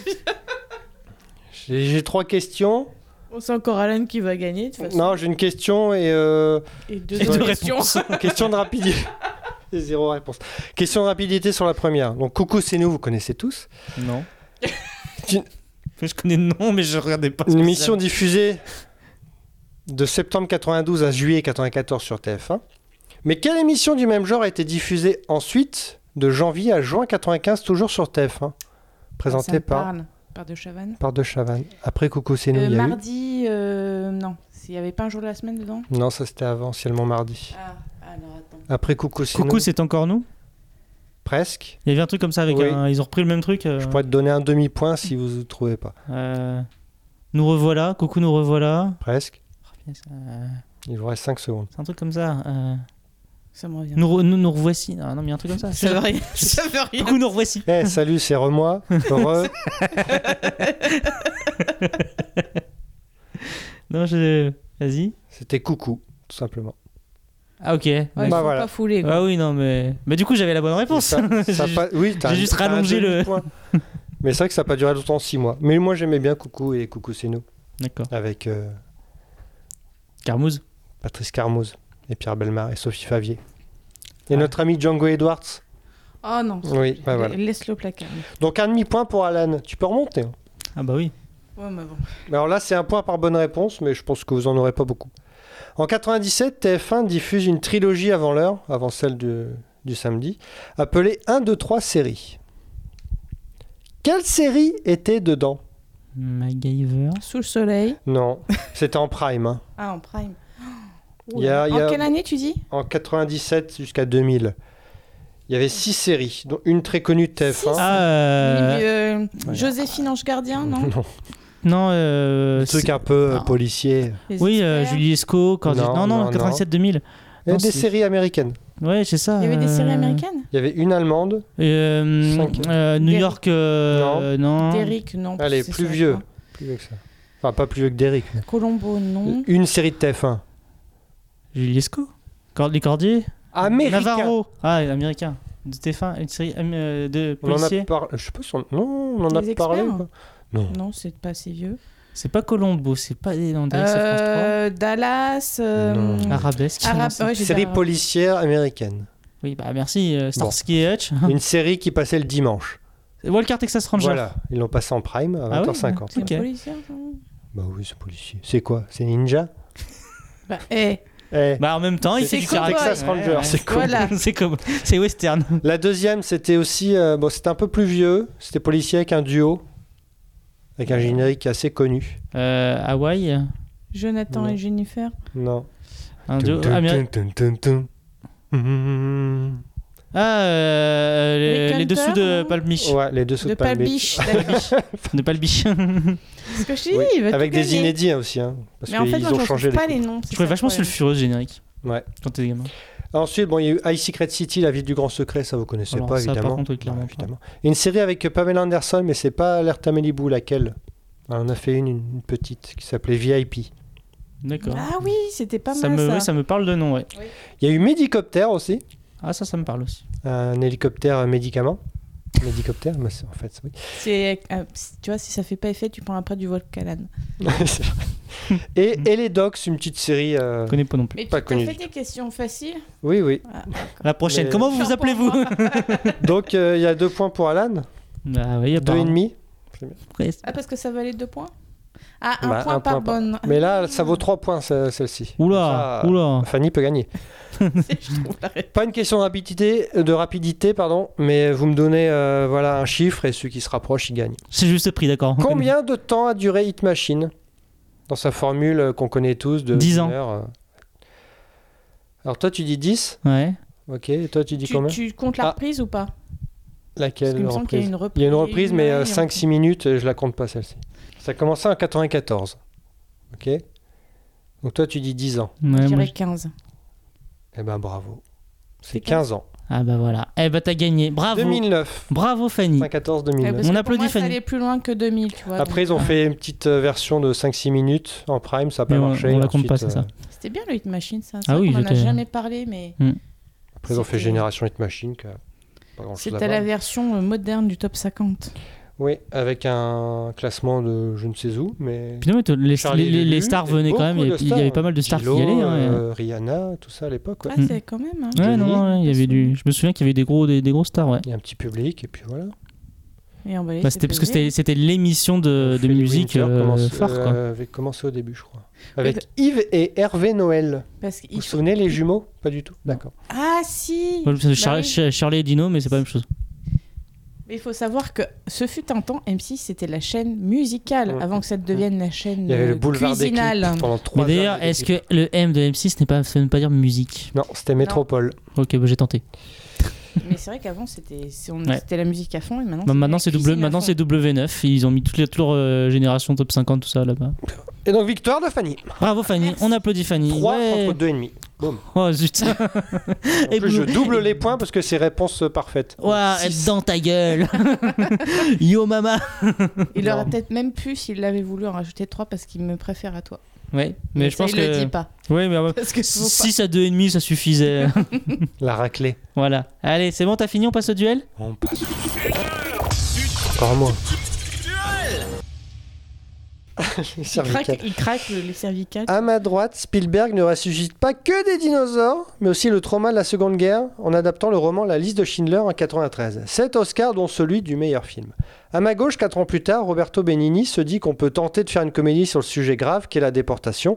Speaker 4: J'ai j'ai trois questions.
Speaker 6: Bon, C'est encore Alan qui va gagner, de toute façon.
Speaker 4: Non, j'ai une question et euh,
Speaker 6: Et deux
Speaker 3: Et
Speaker 6: autres
Speaker 3: deux
Speaker 6: questions.
Speaker 3: réponses.
Speaker 4: question de rapidité. C'est zéro réponse. Question de rapidité sur la première. Donc, coucou, c'est nous, vous connaissez tous.
Speaker 3: Non.
Speaker 4: Tu-
Speaker 3: je connais le nom, mais je regardais pas.
Speaker 4: Une
Speaker 3: spécialement.
Speaker 4: émission diffusée de septembre 92 à juillet 94 sur TF1. Mais quelle émission du même genre a été diffusée ensuite, de janvier à juin 95, toujours sur TF1
Speaker 6: Ça me
Speaker 4: Présentée par,
Speaker 6: parle. Par de Chavannes.
Speaker 4: par De Chavannes. Après Coucou, c'est nous,
Speaker 6: Euh,
Speaker 4: il y a eu-
Speaker 6: mardi, euh, non. S'il n'y avait pas un jour de la semaine dedans
Speaker 4: Non, ça c'était avant, seulement mardi.
Speaker 6: Ah, alors attends.
Speaker 4: Après Coucou, c'est
Speaker 3: Coucou,
Speaker 4: nous,
Speaker 3: c'est encore nous
Speaker 4: presque.
Speaker 3: Il y avait un truc comme ça avec
Speaker 4: Oui.
Speaker 3: un- Ils ont repris le même truc. euh,
Speaker 4: Je pourrais te donner un demi-point si vous ne trouvez pas.
Speaker 3: euh, Nous revoilà, coucou, nous revoilà.
Speaker 4: Presque.
Speaker 3: Yes, euh,
Speaker 4: Il vous reste 5 secondes.
Speaker 3: C'est un truc comme ça. euh,
Speaker 6: Ça me revient.
Speaker 3: Nous, re- nous, nous revoici. Non, non, mais un truc comme ça.
Speaker 6: Ça veut rien. Ça veut rien.
Speaker 3: Coucou, nous revoici.
Speaker 4: Eh, salut, c'est Remois. Heureux.
Speaker 3: Non, je. Vas-y.
Speaker 4: C'était Coucou, tout simplement.
Speaker 3: Ah ok.
Speaker 6: Ouais, ils sont pas foulés. quoi.
Speaker 3: Ah oui, non, mais. Mais du coup, j'avais la bonne réponse.
Speaker 4: bah Ça a
Speaker 3: J'ai
Speaker 4: pas- Oui, t'as-
Speaker 3: j'ai juste
Speaker 4: t'as un
Speaker 3: rallongé le-
Speaker 4: demi-point. Mais c'est vrai que ça n'a pas duré longtemps, 6 mois. Mais moi j'aimais bien Coucou et Coucou c'est nous.
Speaker 3: D'accord.
Speaker 4: Avec euh,
Speaker 3: Carmouze.
Speaker 4: Patrice Carmoz et Pierre Belmar et Sophie Favier.
Speaker 3: Ah.
Speaker 4: Et notre ami Django Edwards.
Speaker 6: Oh non.
Speaker 4: Oui, bah voilà.
Speaker 6: Laisse-le au placard.
Speaker 4: Donc un demi-point pour Alan. Tu peux remonter. hein.
Speaker 3: Ah bah oui.
Speaker 6: Ouais, mais bon.
Speaker 4: Alors là, c'est un point par bonne réponse, mais je pense que vous en aurez pas beaucoup. En 97, TF1 diffuse une trilogie avant l'heure, avant celle du, du samedi, appelée 1, 2, 3 séries. Quelle série était dedans
Speaker 3: MacGyver.
Speaker 6: Sous le soleil.
Speaker 4: Non, c'était en prime. hein.
Speaker 6: Ah, en prime.
Speaker 4: Il y a- il y a-
Speaker 6: En quelle année tu dis
Speaker 4: En 97 jusqu'à 2000. Il y avait six séries, dont une très connue de TF1.
Speaker 3: Ah, euh,
Speaker 6: Euh, Joséphine Ange Gardien, non
Speaker 4: Non,
Speaker 3: Non, euh.
Speaker 4: un truc
Speaker 3: c'est-
Speaker 4: un peu euh,
Speaker 3: Non.
Speaker 4: policier.
Speaker 6: Les
Speaker 3: Oui, euh,
Speaker 6: experts.
Speaker 3: Julie Esco, Cordy-
Speaker 4: Non,
Speaker 3: Non,
Speaker 4: non,
Speaker 3: non,
Speaker 4: non.
Speaker 3: 97-2000.
Speaker 4: Et
Speaker 3: Non,
Speaker 4: des
Speaker 3: c'est-
Speaker 4: séries américaines.
Speaker 3: Ouais, c'est ça.
Speaker 6: Il y avait des
Speaker 3: euh,
Speaker 6: séries américaines
Speaker 4: Il y avait une allemande.
Speaker 3: euh,
Speaker 4: Cinq.
Speaker 3: euh, New
Speaker 6: Derrick.
Speaker 3: York. euh, non.
Speaker 6: Derrick, non.
Speaker 4: Allez,
Speaker 6: c'est
Speaker 4: plus
Speaker 6: ça,
Speaker 4: vieux.
Speaker 6: quoi.
Speaker 4: Plus vieux que ça. Enfin, pas plus vieux que Derrick. mais-
Speaker 6: Colombo,
Speaker 3: Mmh.
Speaker 6: non.
Speaker 4: Une série de TF1.
Speaker 3: Julie Esco. Cord- Les Cordiers.
Speaker 4: Américain.
Speaker 3: Navarro. Ah, américain. De TF1, une série am- euh, de
Speaker 4: On en a
Speaker 3: policiers.
Speaker 4: parlé. Je sais pas si on... Non, on en
Speaker 6: Les
Speaker 4: a parlé.
Speaker 6: experts.
Speaker 4: quoi. Non.
Speaker 6: Non, c'est pas assez vieux.
Speaker 3: C'est pas Colombo, c'est pas. Non, Derrick, c'est France 3.
Speaker 6: Euh, Dallas. euh,
Speaker 4: Non.
Speaker 3: Arabesque.
Speaker 6: Arabe-
Speaker 3: non, c'est-
Speaker 6: ouais, j'ai dit
Speaker 4: Série
Speaker 6: Arabe.
Speaker 4: policière américaine.
Speaker 3: Oui, bah merci, euh, Starsky et Hutch.
Speaker 6: Hein?
Speaker 4: Une série qui passait le dimanche.
Speaker 3: Walker Texas Ranger.
Speaker 4: Voilà. Ils l'ont passé en prime à
Speaker 3: Ah oui
Speaker 4: 20h50.
Speaker 6: C'est
Speaker 3: Ok.
Speaker 6: policière, ça
Speaker 4: Bah oui, c'est policier. C'est quoi C'est ninja
Speaker 6: Bah, eh,
Speaker 4: Eh,
Speaker 3: Bah en même temps, il
Speaker 6: C'est
Speaker 3: fait du
Speaker 6: cool,
Speaker 3: karaté.
Speaker 6: Texas
Speaker 3: Ouais,
Speaker 4: Ranger,
Speaker 3: ouais.
Speaker 4: c'est
Speaker 6: cool. Voilà.
Speaker 3: c'est comme c'est western.
Speaker 6: Bah.
Speaker 4: La deuxième, c'était aussi. euh, bon, c'était un peu plus vieux. C'était policier avec un duo. Avec un générique assez connu.
Speaker 3: Euh, Hawaï,
Speaker 6: Jonathan
Speaker 4: Non.
Speaker 6: et Jennifer.
Speaker 4: Non.
Speaker 3: un duo
Speaker 4: Tum, tum,
Speaker 3: améri-
Speaker 4: tum, tum, tum, tum. Mm.
Speaker 3: Ah euh, les,
Speaker 6: Rick
Speaker 3: les dessous
Speaker 6: Hunter,
Speaker 3: de
Speaker 6: non
Speaker 3: Palmich,
Speaker 4: Ouais, les deux sous
Speaker 6: De
Speaker 4: de Palm Beach.
Speaker 6: Palbiche. d'accord.
Speaker 3: de Palmich.
Speaker 6: C'est ce que je te dis.
Speaker 4: Oui,
Speaker 6: il va tout
Speaker 4: Avec des
Speaker 6: gagner.
Speaker 4: inédits hein, aussi, hein, parce
Speaker 6: Mais en fait,
Speaker 4: qu'ils
Speaker 6: moi,
Speaker 4: ont
Speaker 6: je
Speaker 4: changé
Speaker 6: trouve
Speaker 4: les.
Speaker 6: pas les noms.
Speaker 3: Je
Speaker 6: c'est ça
Speaker 3: trouvais
Speaker 6: le
Speaker 3: vachement sur le
Speaker 6: problème.
Speaker 3: furieux ce générique
Speaker 4: Ouais.
Speaker 3: quand t'es gamin.
Speaker 4: Ensuite, bon, il y a eu High Secret City, la ville du grand secret, ça vous connaissez
Speaker 3: Alors,
Speaker 4: pas
Speaker 3: ça, par
Speaker 4: évidemment.
Speaker 3: contre, oui, clairement pas.
Speaker 4: évidemment. Et une série avec euh, Pamela Anderson, mais c'est pas l'Erta Malibu laquelle. Ah, on a fait une, une petite qui s'appelait VIP.
Speaker 3: D'accord.
Speaker 6: Ah oui, c'était pas
Speaker 3: ça
Speaker 6: mal
Speaker 3: me
Speaker 6: ça.
Speaker 3: ouais, ça me parle de nom ouais.
Speaker 4: Il y a eu Médicoptère aussi,
Speaker 3: Ah ça ça me parle aussi.
Speaker 4: un hélicoptère euh, médicament. Médicoptère, mais c'est- en fait, oui.
Speaker 6: C'est, euh, si- tu vois, si ça fait pas effet, tu prends après du Volcalan.
Speaker 4: C'est vrai. et, et les Docs, une petite série. euh,
Speaker 3: Je connais pas non plus.
Speaker 6: Mais
Speaker 4: Pas
Speaker 6: tu
Speaker 4: connu
Speaker 6: as fait
Speaker 4: du
Speaker 6: des questions faciles.
Speaker 4: Oui, oui.
Speaker 3: La prochaine,
Speaker 4: Mais-
Speaker 3: comment vous vous
Speaker 6: Faire pour
Speaker 3: appelez-vous
Speaker 6: moi.
Speaker 4: Donc euh, il y a deux points pour Alan,
Speaker 3: Ah oui, y a
Speaker 4: deux
Speaker 3: pas-
Speaker 4: et demi.
Speaker 3: Ouais,
Speaker 6: Ah parce que ça valait deux points. Ah un
Speaker 4: Bah,
Speaker 6: point
Speaker 4: un
Speaker 6: par
Speaker 4: point par-
Speaker 6: bonne.
Speaker 4: Mais là, ça vaut trois points ce- celle-ci.
Speaker 3: Oula,
Speaker 4: Ça,
Speaker 3: oula.
Speaker 4: Fanny peut gagner.
Speaker 6: Hein. je trouve la ré-
Speaker 4: Pas une question de rapidité, de rapidité pardon, mais vous me donnez euh, voilà un chiffre et celui qui se rapproche, il gagne.
Speaker 3: C'est juste le prix, d'accord.
Speaker 4: Combien de temps a duré Hit Machine dans sa formule euh, qu'on connaît tous de
Speaker 3: Dix ans.
Speaker 4: une heure, euh. Alors toi tu dis 10,
Speaker 3: Ouais.
Speaker 4: ok, et toi tu dis
Speaker 6: Tu,
Speaker 4: combien
Speaker 6: tu comptes la
Speaker 4: Ah.
Speaker 6: reprise ou pas Parce qu'il
Speaker 4: Laquelle
Speaker 6: me semble qu'il y a
Speaker 4: reprise
Speaker 6: une reprise.
Speaker 4: Il y a une reprise mais
Speaker 6: Ouais,
Speaker 4: euh,
Speaker 6: il y a une
Speaker 4: 5-6 minutes, euh, je la compte pas celle-ci. Ça a commencé en 94, ok Donc toi tu dis 10 ans,
Speaker 3: Ouais,
Speaker 6: Je
Speaker 3: moi,
Speaker 6: dirais
Speaker 3: je-
Speaker 6: 15.
Speaker 4: eh ben bravo. C'est
Speaker 6: C'est quinze.
Speaker 4: 15 ans.
Speaker 3: Ah bah voilà. Eh bah t'as gagné. Bravo.
Speaker 4: 2009,
Speaker 3: Bravo Fanny.
Speaker 4: 14-2009.
Speaker 6: Ouais, parce que pour
Speaker 3: applaudit
Speaker 6: moi, ça
Speaker 3: Fanny.
Speaker 6: allait plus loin que 2000, tu vois.
Speaker 4: Après, ils ont fait une petite euh, version de 5-6 minutes en prime, ça n'a pas
Speaker 3: Mais on-
Speaker 4: marché.
Speaker 3: on la
Speaker 4: Ensuite, euh,
Speaker 3: compte pas, c'est ça.
Speaker 6: Donc, C'était bien le Hit Machine, ça.
Speaker 3: Ah
Speaker 6: Ah
Speaker 3: oui,
Speaker 6: oui, on en a
Speaker 3: j'étais- Hmm.
Speaker 6: jamais parlé, mais
Speaker 4: Après, ils ont fait
Speaker 6: C'était-
Speaker 4: Génération Hit Machine, qui a pas grand chose à
Speaker 6: c'était la
Speaker 4: voir.
Speaker 6: version euh, moderne du top 50.
Speaker 4: Oui, avec un classement de je ne sais où, mais.
Speaker 3: Putain, mais t- les,
Speaker 4: Charlie
Speaker 3: les- les- les
Speaker 4: Lulu,
Speaker 3: stars
Speaker 4: et
Speaker 3: venaient quand
Speaker 4: beaucoup
Speaker 3: même. Il y,
Speaker 4: de
Speaker 3: avait- il y avait
Speaker 4: stars.
Speaker 3: pas mal de stars
Speaker 4: Gillo,
Speaker 3: qui y allaient. hein.
Speaker 4: euh, Rihanna, tout ça à l'époque. ouais.
Speaker 6: Ah,
Speaker 3: Mm.
Speaker 6: c'est quand même. hein.
Speaker 3: Ouais, non,
Speaker 4: Johnny.
Speaker 3: ouais, il y avait du. Je me souviens qu'il y avait des gros, des, des grosses stars, ouais.
Speaker 4: Il y a un petit public, et puis voilà.
Speaker 6: Et on va
Speaker 3: Bah,
Speaker 6: laisser
Speaker 3: c'était parce que
Speaker 6: poser.
Speaker 3: c'était, c'était l'émission de, de
Speaker 4: Freddie
Speaker 3: musique
Speaker 4: Winter
Speaker 3: euh,
Speaker 4: commence-
Speaker 3: phare, quoi.
Speaker 4: euh, avait commencé au début, je crois.
Speaker 6: bah-
Speaker 4: Avec Yves et Hervé Noël.
Speaker 6: Parce
Speaker 4: Vous vous
Speaker 6: qu'il faut-
Speaker 4: souvenez les jumeaux Pas du tout. D'accord.
Speaker 6: Ah si
Speaker 3: Ouais, parce que
Speaker 6: Bah
Speaker 3: Char-
Speaker 6: oui.
Speaker 3: Ch- Charlie et Dino, mais c'est pas la même chose.
Speaker 6: Mais il faut savoir que ce fut un temps, M6 c'était la chaîne musicale
Speaker 4: Mm.
Speaker 6: avant que ça devienne la chaîne
Speaker 4: Il y avait le
Speaker 6: euh,
Speaker 4: boulevard des
Speaker 6: cuisinale.
Speaker 4: clips pendant 3
Speaker 3: Mais d'ailleurs, est-ce que le M de M6 n'est pas, ça veut pas dire musique
Speaker 4: Non, c'était Métropole.
Speaker 3: Ok, bah, j'ai tenté.
Speaker 6: Mais c'est vrai qu'avant c'était c'est- on-
Speaker 3: Ouais.
Speaker 6: c'était la musique à fond et maintenant
Speaker 3: Bah,
Speaker 6: c'est
Speaker 3: maintenant,
Speaker 6: la
Speaker 3: c'est
Speaker 6: cuisine
Speaker 3: double,
Speaker 6: à
Speaker 3: maintenant,
Speaker 6: fond.
Speaker 3: c'est W9. Ils ont mis toute, la- toute leur euh, génération top 50, tout ça là-bas.
Speaker 4: Et donc, victoire de Fanny.
Speaker 3: Bravo Fanny, on applaudit Fanny.
Speaker 4: 3
Speaker 3: Ouais.
Speaker 4: contre 2,5. Boum.
Speaker 3: Oh zut.
Speaker 4: En
Speaker 3: Et
Speaker 4: plus, je
Speaker 3: boum.
Speaker 4: double les points parce que c'est réponse euh, parfaite.
Speaker 3: Ouah,
Speaker 4: Six.
Speaker 3: dans ta gueule. Yo mama.
Speaker 6: Il
Speaker 4: Non.
Speaker 6: aurait peut-être même pu s'il l'avait voulu en rajouter trois parce qu'il me préfère à toi.
Speaker 3: Ouais, mais
Speaker 6: Mais
Speaker 3: je
Speaker 6: ça,
Speaker 3: pense
Speaker 6: il
Speaker 3: que.
Speaker 6: le dit pas.
Speaker 3: Ouais, mais
Speaker 6: Parce que sinon, pas.
Speaker 3: 6 à 2,5, ça suffisait.
Speaker 4: La raclée.
Speaker 3: voilà. Allez, c'est bon, t'as fini, on passe au duel
Speaker 4: On passe. Encore moi. Les
Speaker 6: Il craque,
Speaker 4: cervicales.
Speaker 6: il craque le- les cervicales.
Speaker 4: À ma droite, Spielberg ne ressuscite pas que des dinosaures, mais aussi le trauma de la Seconde Guerre en adaptant le roman La liste de Schindler en 93. Sept Oscars, dont celui du meilleur film. À ma gauche, quatre ans plus tard, Roberto Benigni se dit qu'on peut tenter de faire une comédie sur le sujet grave qu'est la déportation.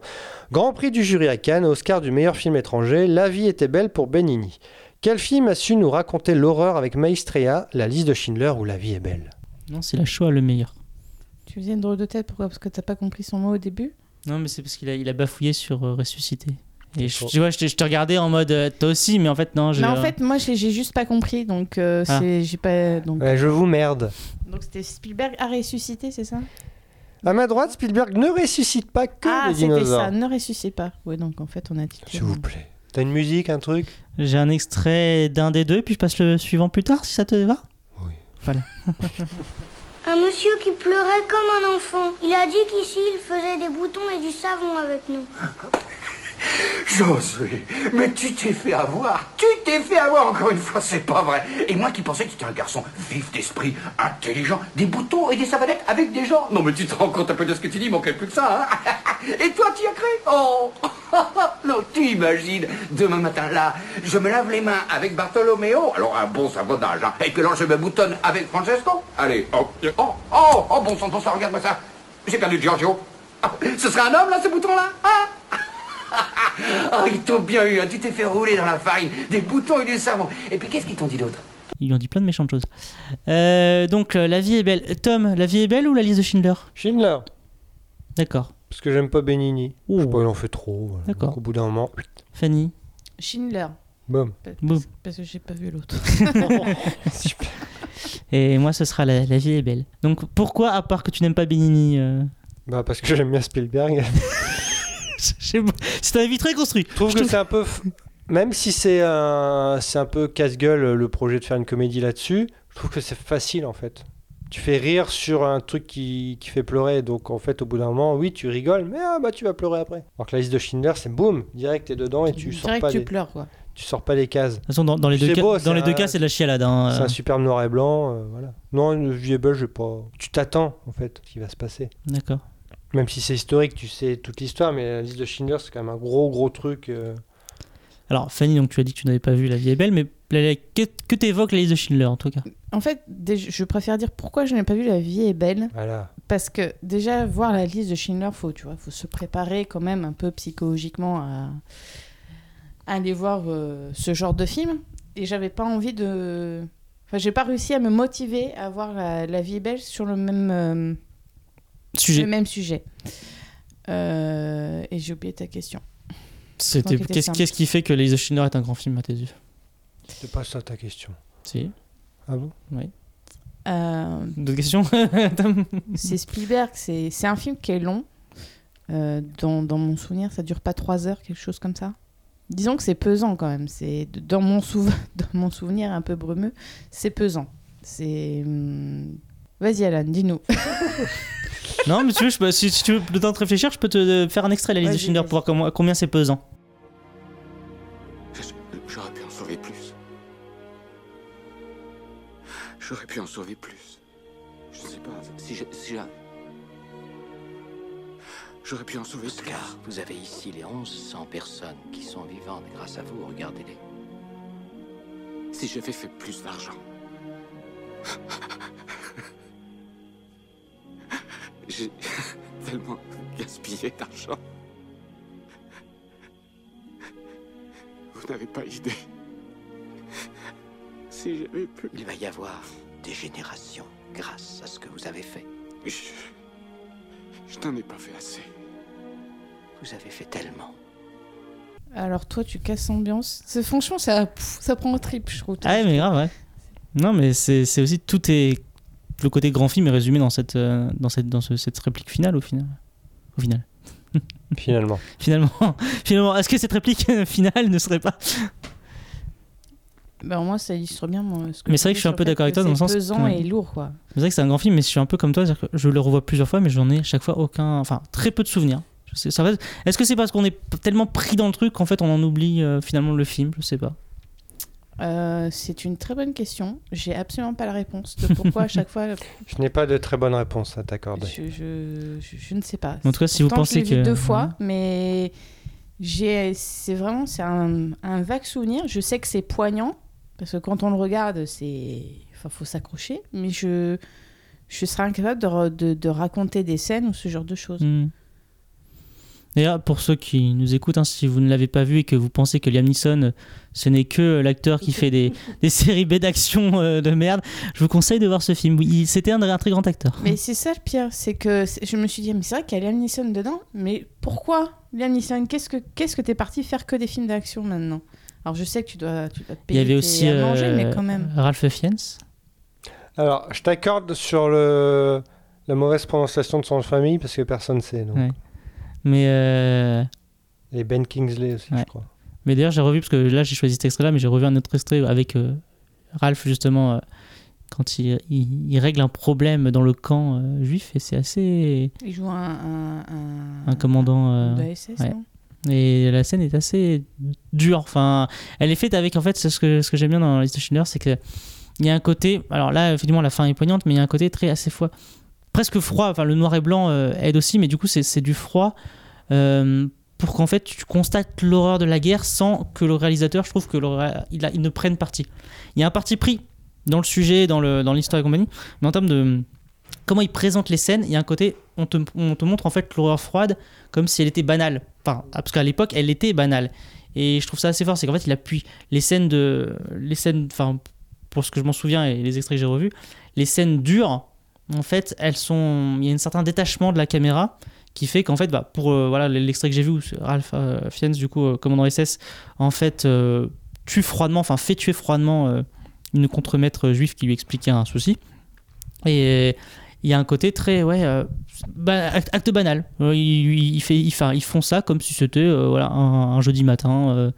Speaker 4: Grand prix du jury à Cannes, Oscar du meilleur film étranger, La vie était belle pour Benigni. Quel film a su nous raconter l'horreur avec Maestria, La liste de Schindler ou La vie est belle
Speaker 3: Non, c'est la Shoah le meilleur.
Speaker 6: Tu faisais une drôle de tête, pourquoi Parce que t'as pas compris son mot au début
Speaker 3: Non, mais c'est parce qu'il a, il a bafouillé sur euh, Ressuscité. Et je,
Speaker 4: Oh.
Speaker 3: tu vois, je, te- je te regardais en mode euh, toi aussi, mais en fait, non. j'ai-
Speaker 6: Mais en fait, moi, j'ai j'ai juste pas compris, donc euh,
Speaker 3: Ah.
Speaker 6: c'est- j'ai pas... Donc
Speaker 4: Ouais, Je vous merde.
Speaker 6: donc c'était Spielberg à ressusciter, c'est ça
Speaker 4: À ma droite, Spielberg ne ressuscite pas que
Speaker 6: Ah,
Speaker 4: des
Speaker 6: c'était
Speaker 4: dinosaures.
Speaker 6: ça, ne ressuscitez pas. Ouais, donc en fait, on a dit...
Speaker 4: S'il vous plaît. T'as une musique, un truc
Speaker 3: J'ai un extrait d'un des deux, puis je passe le suivant plus tard, si ça te va
Speaker 11: Un monsieur qui pleurait comme un enfant. Il a dit qu'ici, il faisait des boutons et du savon avec nous.
Speaker 7: Josué, mais tu t'es fait avoir Tu t'es fait avoir encore une fois, c'est pas vrai Et moi qui pensais que tu étais un garçon vif d'esprit, intelligent, des boutons et des savanettes avec des gens Non mais tu te rends compte un peu de ce que tu dis, il manquait plus que ça, hein Et toi, tu y as cru Oh Non, tu imagines Demain matin, là, je me lave les mains avec Bartholoméo, alors un bon savonnage, hein. Et puis alors je me boutonne avec Francesco Allez, oh, oh, oh, oh, bon sang, bon sang, regarde-moi ça J'ai perdu Giorgio Ah, Ce serait un homme, là, ce bouton-là Ah ah, ils t'ont bien eu, hein. tu t'es fait rouler dans la farine, des boutons et du savon. Et puis qu'est-ce qu'ils t'ont dit d'autre
Speaker 3: Ils lui ont dit plein de méchantes choses. Euh, donc, euh, La vie est belle. Euh, Tom, La vie est belle ou La liste de Schindler
Speaker 4: Schindler.
Speaker 3: D'accord.
Speaker 4: Parce que j'aime pas Benigni. Je sais pas, il en fait trop. voilà.
Speaker 3: D'accord.
Speaker 4: Donc, Au bout d'un moment,
Speaker 3: Fanny
Speaker 6: Schindler.
Speaker 4: boum.
Speaker 3: Boum.
Speaker 6: Parce que j'ai pas vu l'autre.
Speaker 4: Super.
Speaker 3: Et moi, ce sera la, La vie est belle. Donc, pourquoi, à part que tu n'aimes pas Benigni euh,
Speaker 4: Bah, parce que j'aime bien
Speaker 3: je
Speaker 4: Spielberg.
Speaker 3: sais pas. C'est un avis très construit.
Speaker 4: Je trouve
Speaker 3: Je
Speaker 4: que
Speaker 3: trouve-
Speaker 4: c'est un peu. f- Même si c'est un, c'est un peu casse-gueule le projet de faire une comédie là-dessus, je trouve que c'est facile en fait. Tu fais rire sur un truc qui, qui fait pleurer, donc en fait au bout d'un moment, oui, tu rigoles, mais ah, bah tu vas pleurer après. Alors que la liste de Schindler, c'est boum, direct t'es dedans et tu sors
Speaker 6: Direct,
Speaker 4: pas
Speaker 6: tu
Speaker 4: des,
Speaker 6: pleures, quoi.
Speaker 4: tu sors pas des cases.
Speaker 3: De toute façon, dans, dans les,
Speaker 4: C'est
Speaker 3: deux,
Speaker 4: beau,
Speaker 3: cas, dans
Speaker 4: c'est
Speaker 3: les deux
Speaker 4: un-
Speaker 3: cas, c'est de la chialade. hein.
Speaker 4: C'est un superbe noir et blanc, euh, voilà. Non, une vieille belle, j'ai pas. Tu t'attends en fait, ce qui va se passer.
Speaker 3: D'accord.
Speaker 4: Même si c'est historique, tu sais toute l'histoire, mais la liste de Schindler, c'est quand même un gros gros truc. euh.
Speaker 3: Alors, Fanny, donc, tu as dit que tu n'avais pas vu La vie est belle, mais la- la- que, que t'évoques La liste de Schindler, en tout cas
Speaker 6: En fait, dé- je préfère dire pourquoi je n'ai pas vu La vie est belle.
Speaker 4: Voilà.
Speaker 6: Parce que déjà, voir la liste de Schindler, faut, tu vois, faut se préparer quand même un peu psychologiquement à, à aller voir euh, ce genre de film. Et j'avais pas envie de. Enfin, j'ai pas réussi à me motiver à voir la, La vie est belle sur le même, euh,
Speaker 3: Sujet.
Speaker 6: le même sujet. Euh, et j'ai oublié ta question.
Speaker 3: C'était
Speaker 6: Enquêter
Speaker 3: qu'est-ce
Speaker 6: simple.
Speaker 3: qu'est-ce qui fait que Les Schindler est un grand film à tes yeux
Speaker 4: C'est pas ça ta question.
Speaker 3: Si.
Speaker 4: Ah bon
Speaker 6: Euh,
Speaker 3: D'autres questions Tom
Speaker 6: c'est Spielberg, c'est c'est un film qui est long. Euh, dans, dans mon souvenir, ça dure pas trois heures, quelque chose comme ça. Disons que c'est pesant quand même. C'est dans mon souve- dans mon souvenir un peu brumeux, c'est pesant. C'est hum, Vas-y Alan, dis-nous.
Speaker 3: Non, mais tu veux, je peux- si, si tu veux le temps de réfléchir, je peux te euh, faire un extrait de La liste de
Speaker 6: Vas-y,
Speaker 3: Schindler
Speaker 6: vas-y.
Speaker 3: pour voir comment- combien c'est pesant.
Speaker 7: J'aurais pu en sauver plus. J'aurais pu en sauver plus. Je sais pas, si j'ai... Si j'a- J'aurais pu en sauver plus.
Speaker 12: Vous avez ici les 1100 personnes qui sont vivantes grâce à vous, regardez-les.
Speaker 7: Si j'avais fait plus d'argent. J'ai tellement gaspillé d'argent. Vous n'avez pas idée. Si j'avais pu.
Speaker 12: Il va y avoir des générations grâce à ce que vous avez fait.
Speaker 7: Je, je n'en ai pas fait assez.
Speaker 12: Vous avez fait tellement.
Speaker 6: Alors toi, tu casses l'ambiance. C'est- Franchement, ça, pff, ça prend un trip, je trouve.
Speaker 3: Ah, ouais, mais grave, ouais. Non, mais c'est c'est aussi tout est. Le côté grand film est résumé dans cette, euh, dans cette, dans ce- cette réplique finale, au final. Au final.
Speaker 4: Finalement.
Speaker 3: Finalement, finalement est-ce que cette réplique euh, finale ne serait pas.
Speaker 6: Ben, moi, ça illustre bien. moi, ce
Speaker 3: Mais
Speaker 6: tu
Speaker 3: c'est vrai que
Speaker 6: dis
Speaker 3: je suis un
Speaker 6: sur
Speaker 3: peu
Speaker 6: le fait
Speaker 3: d'accord avec
Speaker 6: que
Speaker 3: toi dans le
Speaker 6: c'est
Speaker 3: sens que-
Speaker 6: pesant et lourd, quoi.
Speaker 3: C'est vrai que c'est un grand film, mais je suis un peu comme toi, c'est-à-dire que je le revois plusieurs fois, mais j'en ai à chaque fois aucun. Enfin, très peu de souvenirs. Je sais- ça va- Est-ce que c'est parce qu'on est p- tellement pris dans le truc qu'en fait on en oublie euh, finalement le film Je sais pas.
Speaker 6: Euh, c'est une très bonne question. J'ai absolument pas la réponse de pourquoi à chaque fois.
Speaker 4: Je n'ai pas de très bonne réponse à t'accorder.
Speaker 6: Je, je- je- je ne sais pas.
Speaker 3: En tout cas, si vous
Speaker 6: Pourtant, je l'ai
Speaker 3: pensez
Speaker 6: vu
Speaker 3: que-
Speaker 6: deux fois, mais j'ai, c'est vraiment, c'est un, un vague souvenir. Je sais que c'est poignant parce que quand on le regarde, c'est, enfin, faut s'accrocher. Mais je, je serais incapable de, re- de- de raconter des scènes ou ce genre de choses.
Speaker 3: Hmm. D'ailleurs, pour ceux qui nous écoutent, hein, si vous ne l'avez pas vu et que vous pensez que Liam Neeson, euh, ce n'est que euh, l'acteur qui fait des, des séries B d'action euh, de merde, je vous conseille de voir ce film. Oui, il- C'était un, un très grand acteur.
Speaker 6: Mais c'est ça le pire, c'est que c'est- je me suis dit, mais c'est vrai qu'il y a Liam Neeson dedans, mais pourquoi Liam Neeson Qu'est-ce que qu'est-ce que t'es parti faire que des films d'action maintenant Alors je sais que tu dois, tu dois
Speaker 3: Il y
Speaker 6: payer
Speaker 3: avait
Speaker 6: tes-
Speaker 3: aussi
Speaker 6: à manger,
Speaker 3: euh,
Speaker 6: mais quand même.
Speaker 3: Ralph Fiennes.
Speaker 4: Alors, je t'accorde sur le... la mauvaise prononciation de son nom de famille parce que personne ne sait. donc.
Speaker 3: Ouais. Mais, euh,
Speaker 4: Et Ben Kingsley aussi, je
Speaker 3: Ouais.
Speaker 4: crois.
Speaker 3: mais d'ailleurs, j'ai revu, parce que là, j'ai choisi cet extrait-là, mais j'ai revu un autre extrait avec euh, Ralph, justement, euh, quand il, il- il règle un problème dans le camp euh, juif, et c'est assez.
Speaker 6: Il joue un, un, un-
Speaker 3: un commandant euh,
Speaker 6: de SS, non
Speaker 3: et la scène est assez dure enfin elle est faite avec en fait c'est ce que ce que j'aime bien dans la liste de Schindler c'est que il y a un côté alors là effectivement la fin est poignante mais il y a un côté très assez froid presque froid enfin le noir et blanc euh, aide aussi mais du coup c'est c'est du froid euh, pour qu'en fait tu constates l'horreur de la guerre sans que le réalisateur je trouve que le ré- il, a- il ne prenne parti il y a un parti pris dans le sujet dans le dans l'histoire et compagnie mais en termes de comment il présente les scènes, il y a un côté, on te, on te montre en fait l'horreur froide comme si elle était banale. Enfin, ah, parce qu'à l'époque, elle était banale. Et je trouve ça assez fort, c'est qu'en fait, il appuie les scènes de. Les scènes, enfin, pour ce que je m'en souviens et les extraits que j'ai revus, les scènes dures, en fait, elles sont. Il y a un certain détachement de la caméra qui fait qu'en fait, bah, pour euh, voilà l'extrait que j'ai vu où Ralph euh, Fiennes, du coup, euh, commandant SS, en fait, euh, tue froidement, enfin, fait tuer froidement euh, une contremaître juive qui lui expliquait un souci. Et il y a un côté très, ouais, euh, ba- acte, acte banal. Euh, Ils, ils fait, ils, enfin, ils font ça comme si c'était euh, voilà, un, un jeudi matin. euh,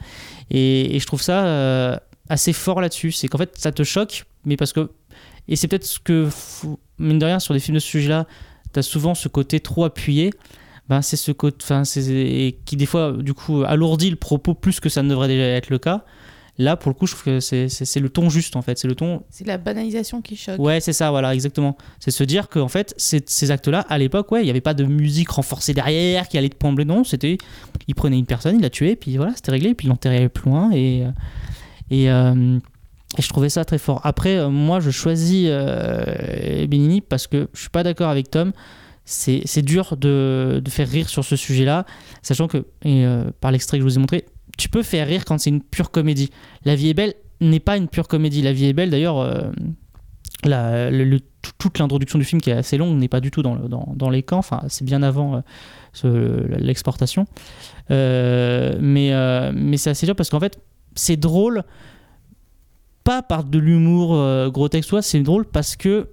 Speaker 3: et, et je trouve ça euh, assez fort là-dessus. C'est qu'en fait, ça te choque, mais parce que. Et c'est peut-être ce que, fou- mine de rien, sur des films de ce sujet-là, t'as souvent ce côté trop appuyé. Ben, c'est ce côté, enfin, c'est et qui des fois, du coup, alourdit le propos plus que ça ne devrait déjà être le cas. Là, pour le coup, je trouve que c'est- c'est c'est le ton juste, en fait. C'est le ton
Speaker 6: C'est la banalisation qui choque.
Speaker 3: Ouais, c'est ça, voilà, exactement. C'est se dire qu'en fait, ces, ces actes-là, à l'époque, ouais, il n'y avait pas de musique renforcée derrière qui allait te pombler. Non, c'était. Il prenait une personne, il la tuait, puis voilà, c'était réglé, puis il l'enterrait plus loin. Et. euh, Et, euh, et je trouvais ça très fort. Après, euh, moi, je choisis euh, Benigni parce que je suis pas d'accord avec Tom. C'est c'est dur de, de faire rire sur ce sujet-là, sachant que, et, euh, par l'extrait que je vous ai montré, tu peux faire rire quand c'est une pure comédie. La vie est belle n'est pas une pure comédie. La vie est belle, d'ailleurs, euh, la- le- le- tout- toute l'introduction du film qui est assez longue n'est pas du tout dans, le- dans, dans les camps, enfin c'est bien avant euh, ce- l'exportation. Euh, mais euh, mais c'est assez dur parce qu'en fait c'est drôle, pas par de l'humour euh, grotesque, soit, c'est drôle parce que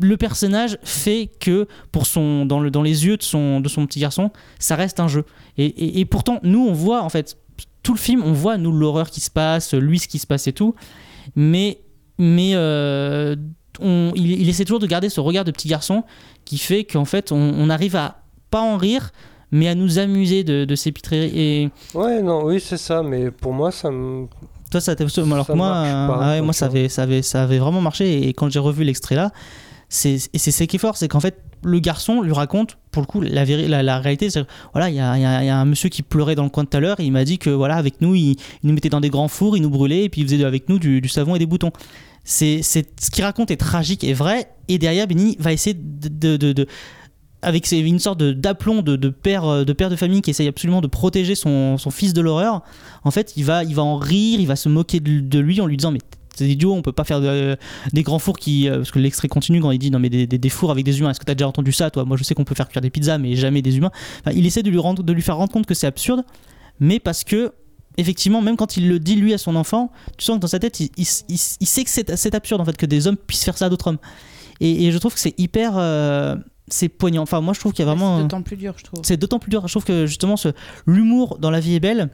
Speaker 3: le personnage fait que pour son dans le dans les yeux de son de son petit garçon ça reste un jeu et, et- et pourtant nous on voit en fait tout le film on voit nous l'horreur qui se passe lui ce qui se passe et tout mais mais euh, on- il, il essaie toujours de garder ce regard de petit garçon qui fait qu'en fait on, on arrive à pas en rire mais à nous amuser de, de ces pitreries et
Speaker 4: Ouais, non, oui, c'est ça, mais pour moi, ça me.
Speaker 3: toi, ça t'a alors
Speaker 4: Ça
Speaker 3: que moi,
Speaker 4: marche
Speaker 3: euh,
Speaker 4: pas,
Speaker 3: ah ouais,
Speaker 4: ok.
Speaker 3: moi ça, avait, ça, avait, ça avait vraiment marché. Et quand j'ai revu l'extrait là, c'est et c'est ce qui est fort, c'est qu'en fait, le garçon lui raconte, pour le coup, la, véri- la, la réalité. C'est voilà, il y a, il y a- il y a un monsieur qui pleurait dans le coin de tout à l'heure. et Il m'a dit que voilà, avec nous, il, il nous mettait dans des grands fours, il nous brûlait, et puis il faisait de- avec nous du, du savon et des boutons. C'est c'est- ce qu'il raconte est tragique et vrai. Et derrière, Benny va essayer de- de- de- de avec ses- une sorte de- d'aplomb de, de père euh, de père de famille qui essaye absolument de protéger son, son fils de l'horreur en fait il va il va en rire il va se moquer de, de lui en lui disant mais c'est idiot on peut pas faire de- des grands fours qui euh, parce que l'extrait continue quand il dit non mais des, des- des fours avec des humains est-ce que t'as déjà entendu ça toi moi je sais qu'on peut faire cuire des pizzas mais jamais des humains Enfin, il essaie de lui rendre de lui faire rendre compte que c'est absurde mais parce que effectivement même quand il le dit lui à son enfant tu sens que dans sa tête il, il- il- il sait que c'est c'est absurde en fait que des hommes puissent faire ça à d'autres hommes et, et je trouve que c'est hyper euh, c'est poignant enfin moi je trouve qu'il y a vraiment
Speaker 6: D'autant plus dur, je trouve.
Speaker 3: c'est d'autant plus dur. Je trouve que justement, ce- l'humour dans La vie est belle,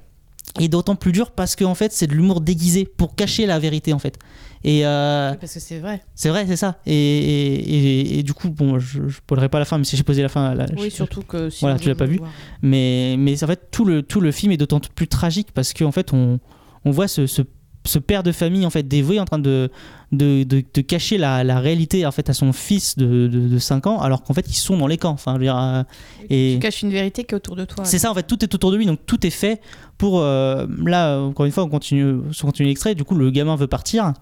Speaker 3: Et d'autant plus dur parce que en fait c'est de l'humour déguisé pour cacher la vérité en fait. Et euh,
Speaker 6: Parce que c'est vrai.
Speaker 3: c'est vrai, c'est ça. Et, et- et- et du coup, bon, je, je spoilerai pas la fin, mais si j'ai posé la fin, là,
Speaker 6: Oui,
Speaker 3: Euh, je-
Speaker 6: surtout que si
Speaker 3: voilà,
Speaker 6: vous
Speaker 3: tu l'as pas
Speaker 6: voulez
Speaker 3: vu.
Speaker 6: voir.
Speaker 3: Mais, mais en fait, tout le, tout le film est d'autant plus tragique parce qu'en fait, on, on voit ce, ce- ce père de famille en fait dévoué en train de, de, de- de cacher la, la réalité en fait à son fils de, de, 5 ans, alors qu'en fait, ils sont dans les camps. Enfin, je veux dire, euh, et...
Speaker 6: Tu caches une vérité qui est autour de toi.
Speaker 3: C'est ça, en fait, tout est autour de lui, donc tout est fait pour. euh, là, euh, encore une fois, on continue, on continue l'extrait. Du coup, le gamin veut partir.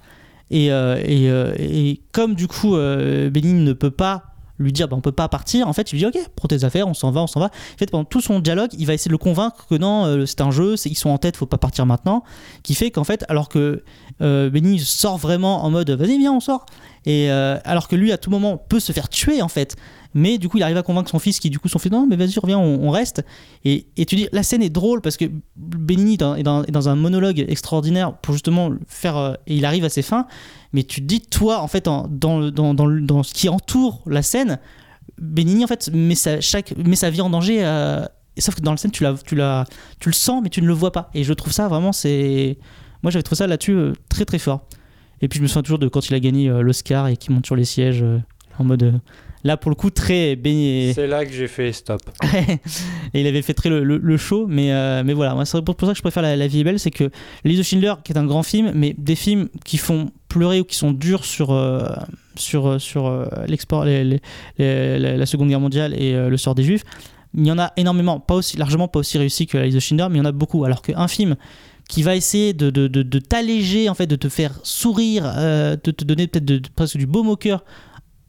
Speaker 3: Et, euh, et, euh, et comme du coup, euh, Béline ne peut pas lui dire, bah, on peut pas partir, en fait, il lui dit, ok, prends tes affaires, on s'en va, on s'en va. En fait, pendant tout son dialogue, il va essayer de le convaincre que non, euh, c'est un jeu, c'est- ils sont en tête, faut pas partir maintenant. Qui fait qu'en fait, alors que euh, Benny sort vraiment en mode, vas-y, viens, on sort. Et euh, alors que lui, à tout moment, peut se faire tuer, en fait. Mais du coup, il arrive à convaincre son fils qui, du coup, son fils, non, mais vas-y, reviens, on, on reste. Et, et tu dis, la scène est drôle parce que Benigni est dans, est dans- est dans un monologue extraordinaire pour justement faire. euh, et il arrive à ses fins. Mais tu te dis, toi, en fait, en- dans, le- dans, dans, le- dans ce qui entoure la scène, Benigni, en fait, met sa, chaque, met sa vie en danger. euh, et sauf que dans la scène, tu, la, tu, la, tu le sens, mais tu ne le vois pas. Et je trouve ça vraiment, c'est. Moi, j'avais trouvé ça là-dessus euh, très, très fort. Et puis, je me souviens toujours de quand il a gagné euh, l'Oscar et qu'il monte sur les sièges euh, en mode. euh, là, pour le coup, très baigné.
Speaker 4: C'est là que j'ai fait stop.
Speaker 3: Et il avait fait très le, le- le show, mais, euh, mais voilà, moi c'est pour, pour ça que je préfère La, La vie est belle, c'est que Les de Schindler, qui est un grand film, mais des films qui font pleurer ou qui sont durs sur, euh, sur, euh, sur euh, l'export, les- les- les- la, la Seconde Guerre mondiale et euh, le sort des Juifs, il y en a énormément, pas aussi, largement pas aussi réussi que La de Schindler, mais il y en a beaucoup, alors qu'un film qui va essayer de, de, de- de t'alléger, en fait, de te faire sourire, euh, de te donner peut-être de- de- presque du baume au cœur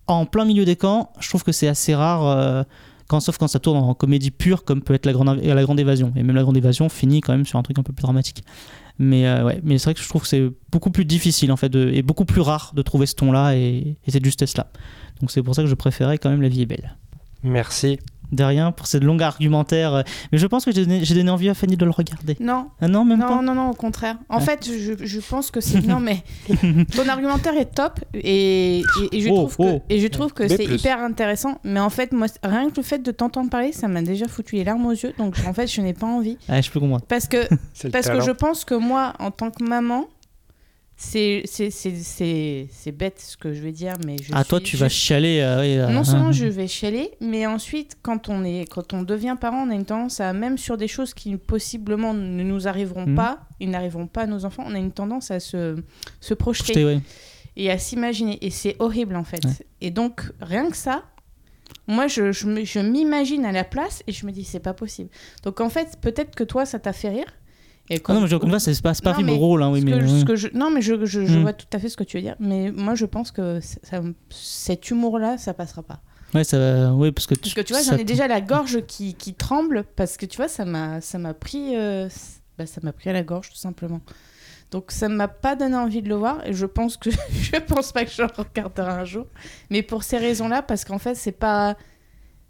Speaker 3: en plein milieu des camps, je trouve que c'est assez rare, euh, quand, sauf quand ça tourne en comédie pure, comme peut être la grande, la grande évasion. Et même la grande évasion finit quand même sur un truc un peu plus dramatique. Mais, euh, ouais, mais c'est vrai que je trouve que c'est beaucoup plus difficile en fait, de- et beaucoup plus rare de trouver ce ton-là et, et cette justesse-là. Donc c'est pour ça que je préférais quand même La vie est belle.
Speaker 4: Merci.
Speaker 3: De rien pour cette longue argumentaire. Mais je pense que j'ai donné, j'ai donné envie à Fanny de le regarder.
Speaker 6: Non.
Speaker 3: Ah non, même
Speaker 6: Non,
Speaker 3: pas
Speaker 6: non, non, au contraire. En fait, je, je pense que c'est. Non, mais ton argumentaire est top et, et- et je,
Speaker 3: Oh,
Speaker 6: trouve
Speaker 3: oh.
Speaker 6: que, et je trouve que
Speaker 3: B+.
Speaker 6: c'est hyper intéressant. Mais en fait, moi, rien que le fait de t'entendre parler, ça m'a déjà foutu les larmes aux yeux. Donc, en fait, je n'ai pas envie.
Speaker 3: Ah, je peux comprendre.
Speaker 6: Parce que,
Speaker 3: C'est le
Speaker 6: parce que
Speaker 3: talent.
Speaker 6: je pense que moi, en tant que maman, c'est c'est- c'est- c'est- c'est bête ce que je vais dire, mais je
Speaker 3: Ah, toi,
Speaker 6: suis-
Speaker 3: tu
Speaker 6: je-
Speaker 3: vas chialer. euh, oui, euh,
Speaker 6: Non seulement
Speaker 3: hein.
Speaker 6: je vais chialer, mais ensuite, quand on, est, quand on devient parent, on a une tendance à, même sur des choses qui possiblement ne nous arriveront
Speaker 3: Mhm.
Speaker 6: pas, ils n'arriveront pas à nos enfants, on a une tendance à se, se projeter
Speaker 3: Projeter, ouais.
Speaker 6: et à s'imaginer. Et c'est horrible, en fait.
Speaker 3: Ouais.
Speaker 6: Et donc, rien que ça, moi, je, je, me- je m'imagine à la place et je me dis, c'est pas possible. Donc, en fait, peut-être que toi, ça t'a fait rire. Et
Speaker 3: Ah
Speaker 6: quand-
Speaker 3: non, mais je comprends pas, c'est pas, c'est pas un
Speaker 6: Non,
Speaker 3: film
Speaker 6: mais
Speaker 3: drôle. Hein, oui,
Speaker 6: ce
Speaker 3: mais,
Speaker 6: que je-
Speaker 3: oui.
Speaker 6: ce que je- non, mais je, je- je
Speaker 3: Mm.
Speaker 6: vois tout à fait ce que tu veux dire. Mais moi, je pense que c- ça- cet humour-là, ça passera pas.
Speaker 3: Ouais, ça va- ouais, parce que tu,
Speaker 6: Parce que tu vois,
Speaker 3: ça
Speaker 6: j'en ai
Speaker 3: te-
Speaker 6: déjà la gorge qui, qui tremble parce que tu vois, ça m'a ça m'a pris euh, c- bah, ça m'a pris à la gorge tout simplement. Donc ça m'a pas donné envie de le voir et je pense que je pense pas que je le regarderai un jour. Mais pour ces raisons-là, parce qu'en fait, c'est pas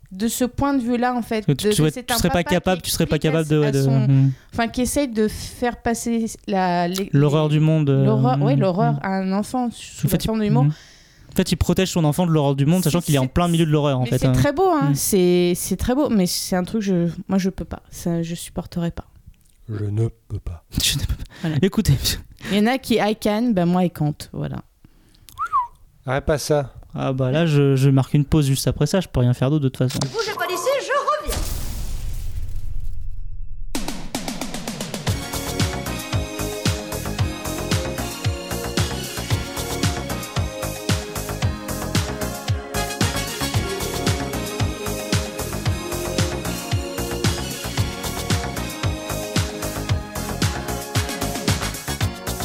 Speaker 6: de ce point de vue-là en fait.
Speaker 3: Parce que tu,
Speaker 6: de-
Speaker 3: tu, ouais,
Speaker 6: c'est
Speaker 3: tu
Speaker 6: un
Speaker 3: serais pas
Speaker 6: papa qui
Speaker 3: capable, tu serais pas
Speaker 6: explique à
Speaker 3: capable de,
Speaker 6: s-
Speaker 3: ouais,
Speaker 6: à
Speaker 3: de-
Speaker 6: son-
Speaker 3: hmm.
Speaker 6: Enfin, qui essaye de faire passer la les-
Speaker 3: l'horreur du monde. euh,
Speaker 6: L'horreur, ouais,
Speaker 3: hmm.
Speaker 6: l'horreur à un enfant sous
Speaker 3: En fait,
Speaker 6: la forme de l'humour.
Speaker 3: hmm. En fait, il protège son enfant de l'horreur du monde, sachant qu'il est en plein milieu de l'horreur en
Speaker 6: Mais
Speaker 3: fait.
Speaker 6: c'est
Speaker 3: hein.
Speaker 6: très beau, hein.
Speaker 3: Mm.
Speaker 6: c'est c'est très beau, mais c'est un truc, je, moi je peux pas, ça, je supporterai pas.
Speaker 4: Je ne peux pas.
Speaker 3: Je ne peux pas. Écoutez,
Speaker 6: Il y en a qui I can, ben moi I can't, voilà.
Speaker 4: Arrête pas ça.
Speaker 3: ah bah là, je, je marque une pause juste après ça. Je peux rien faire d'autre de toute façon.
Speaker 13: Bougez pas d'ici, je reviens.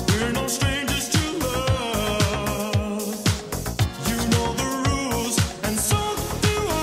Speaker 10: We're no strangers to love. You know the rules, and so do I.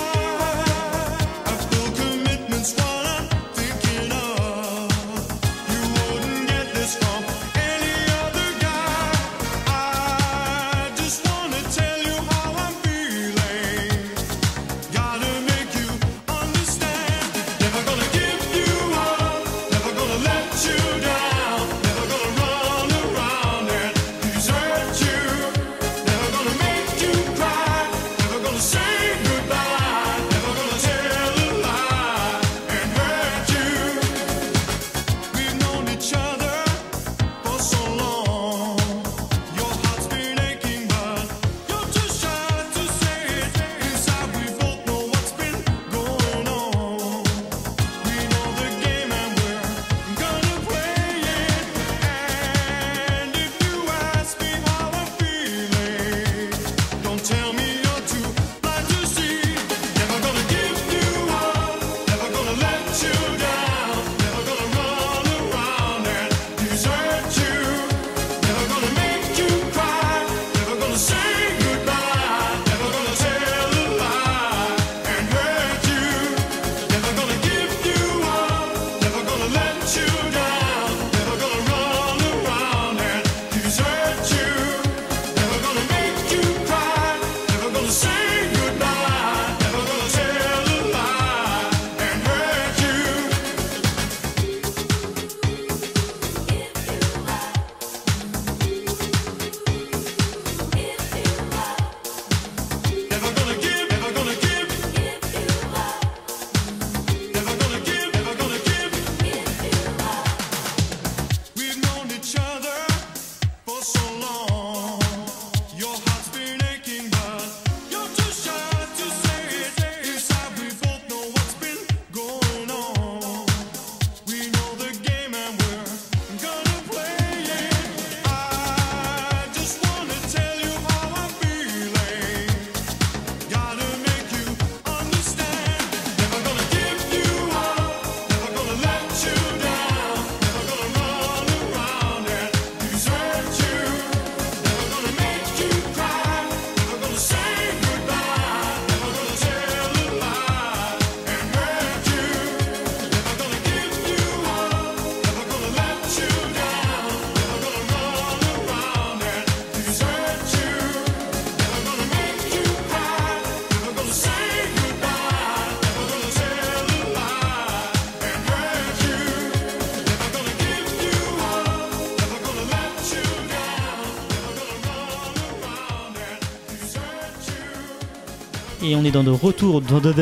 Speaker 3: et on est dans de retour. dans de-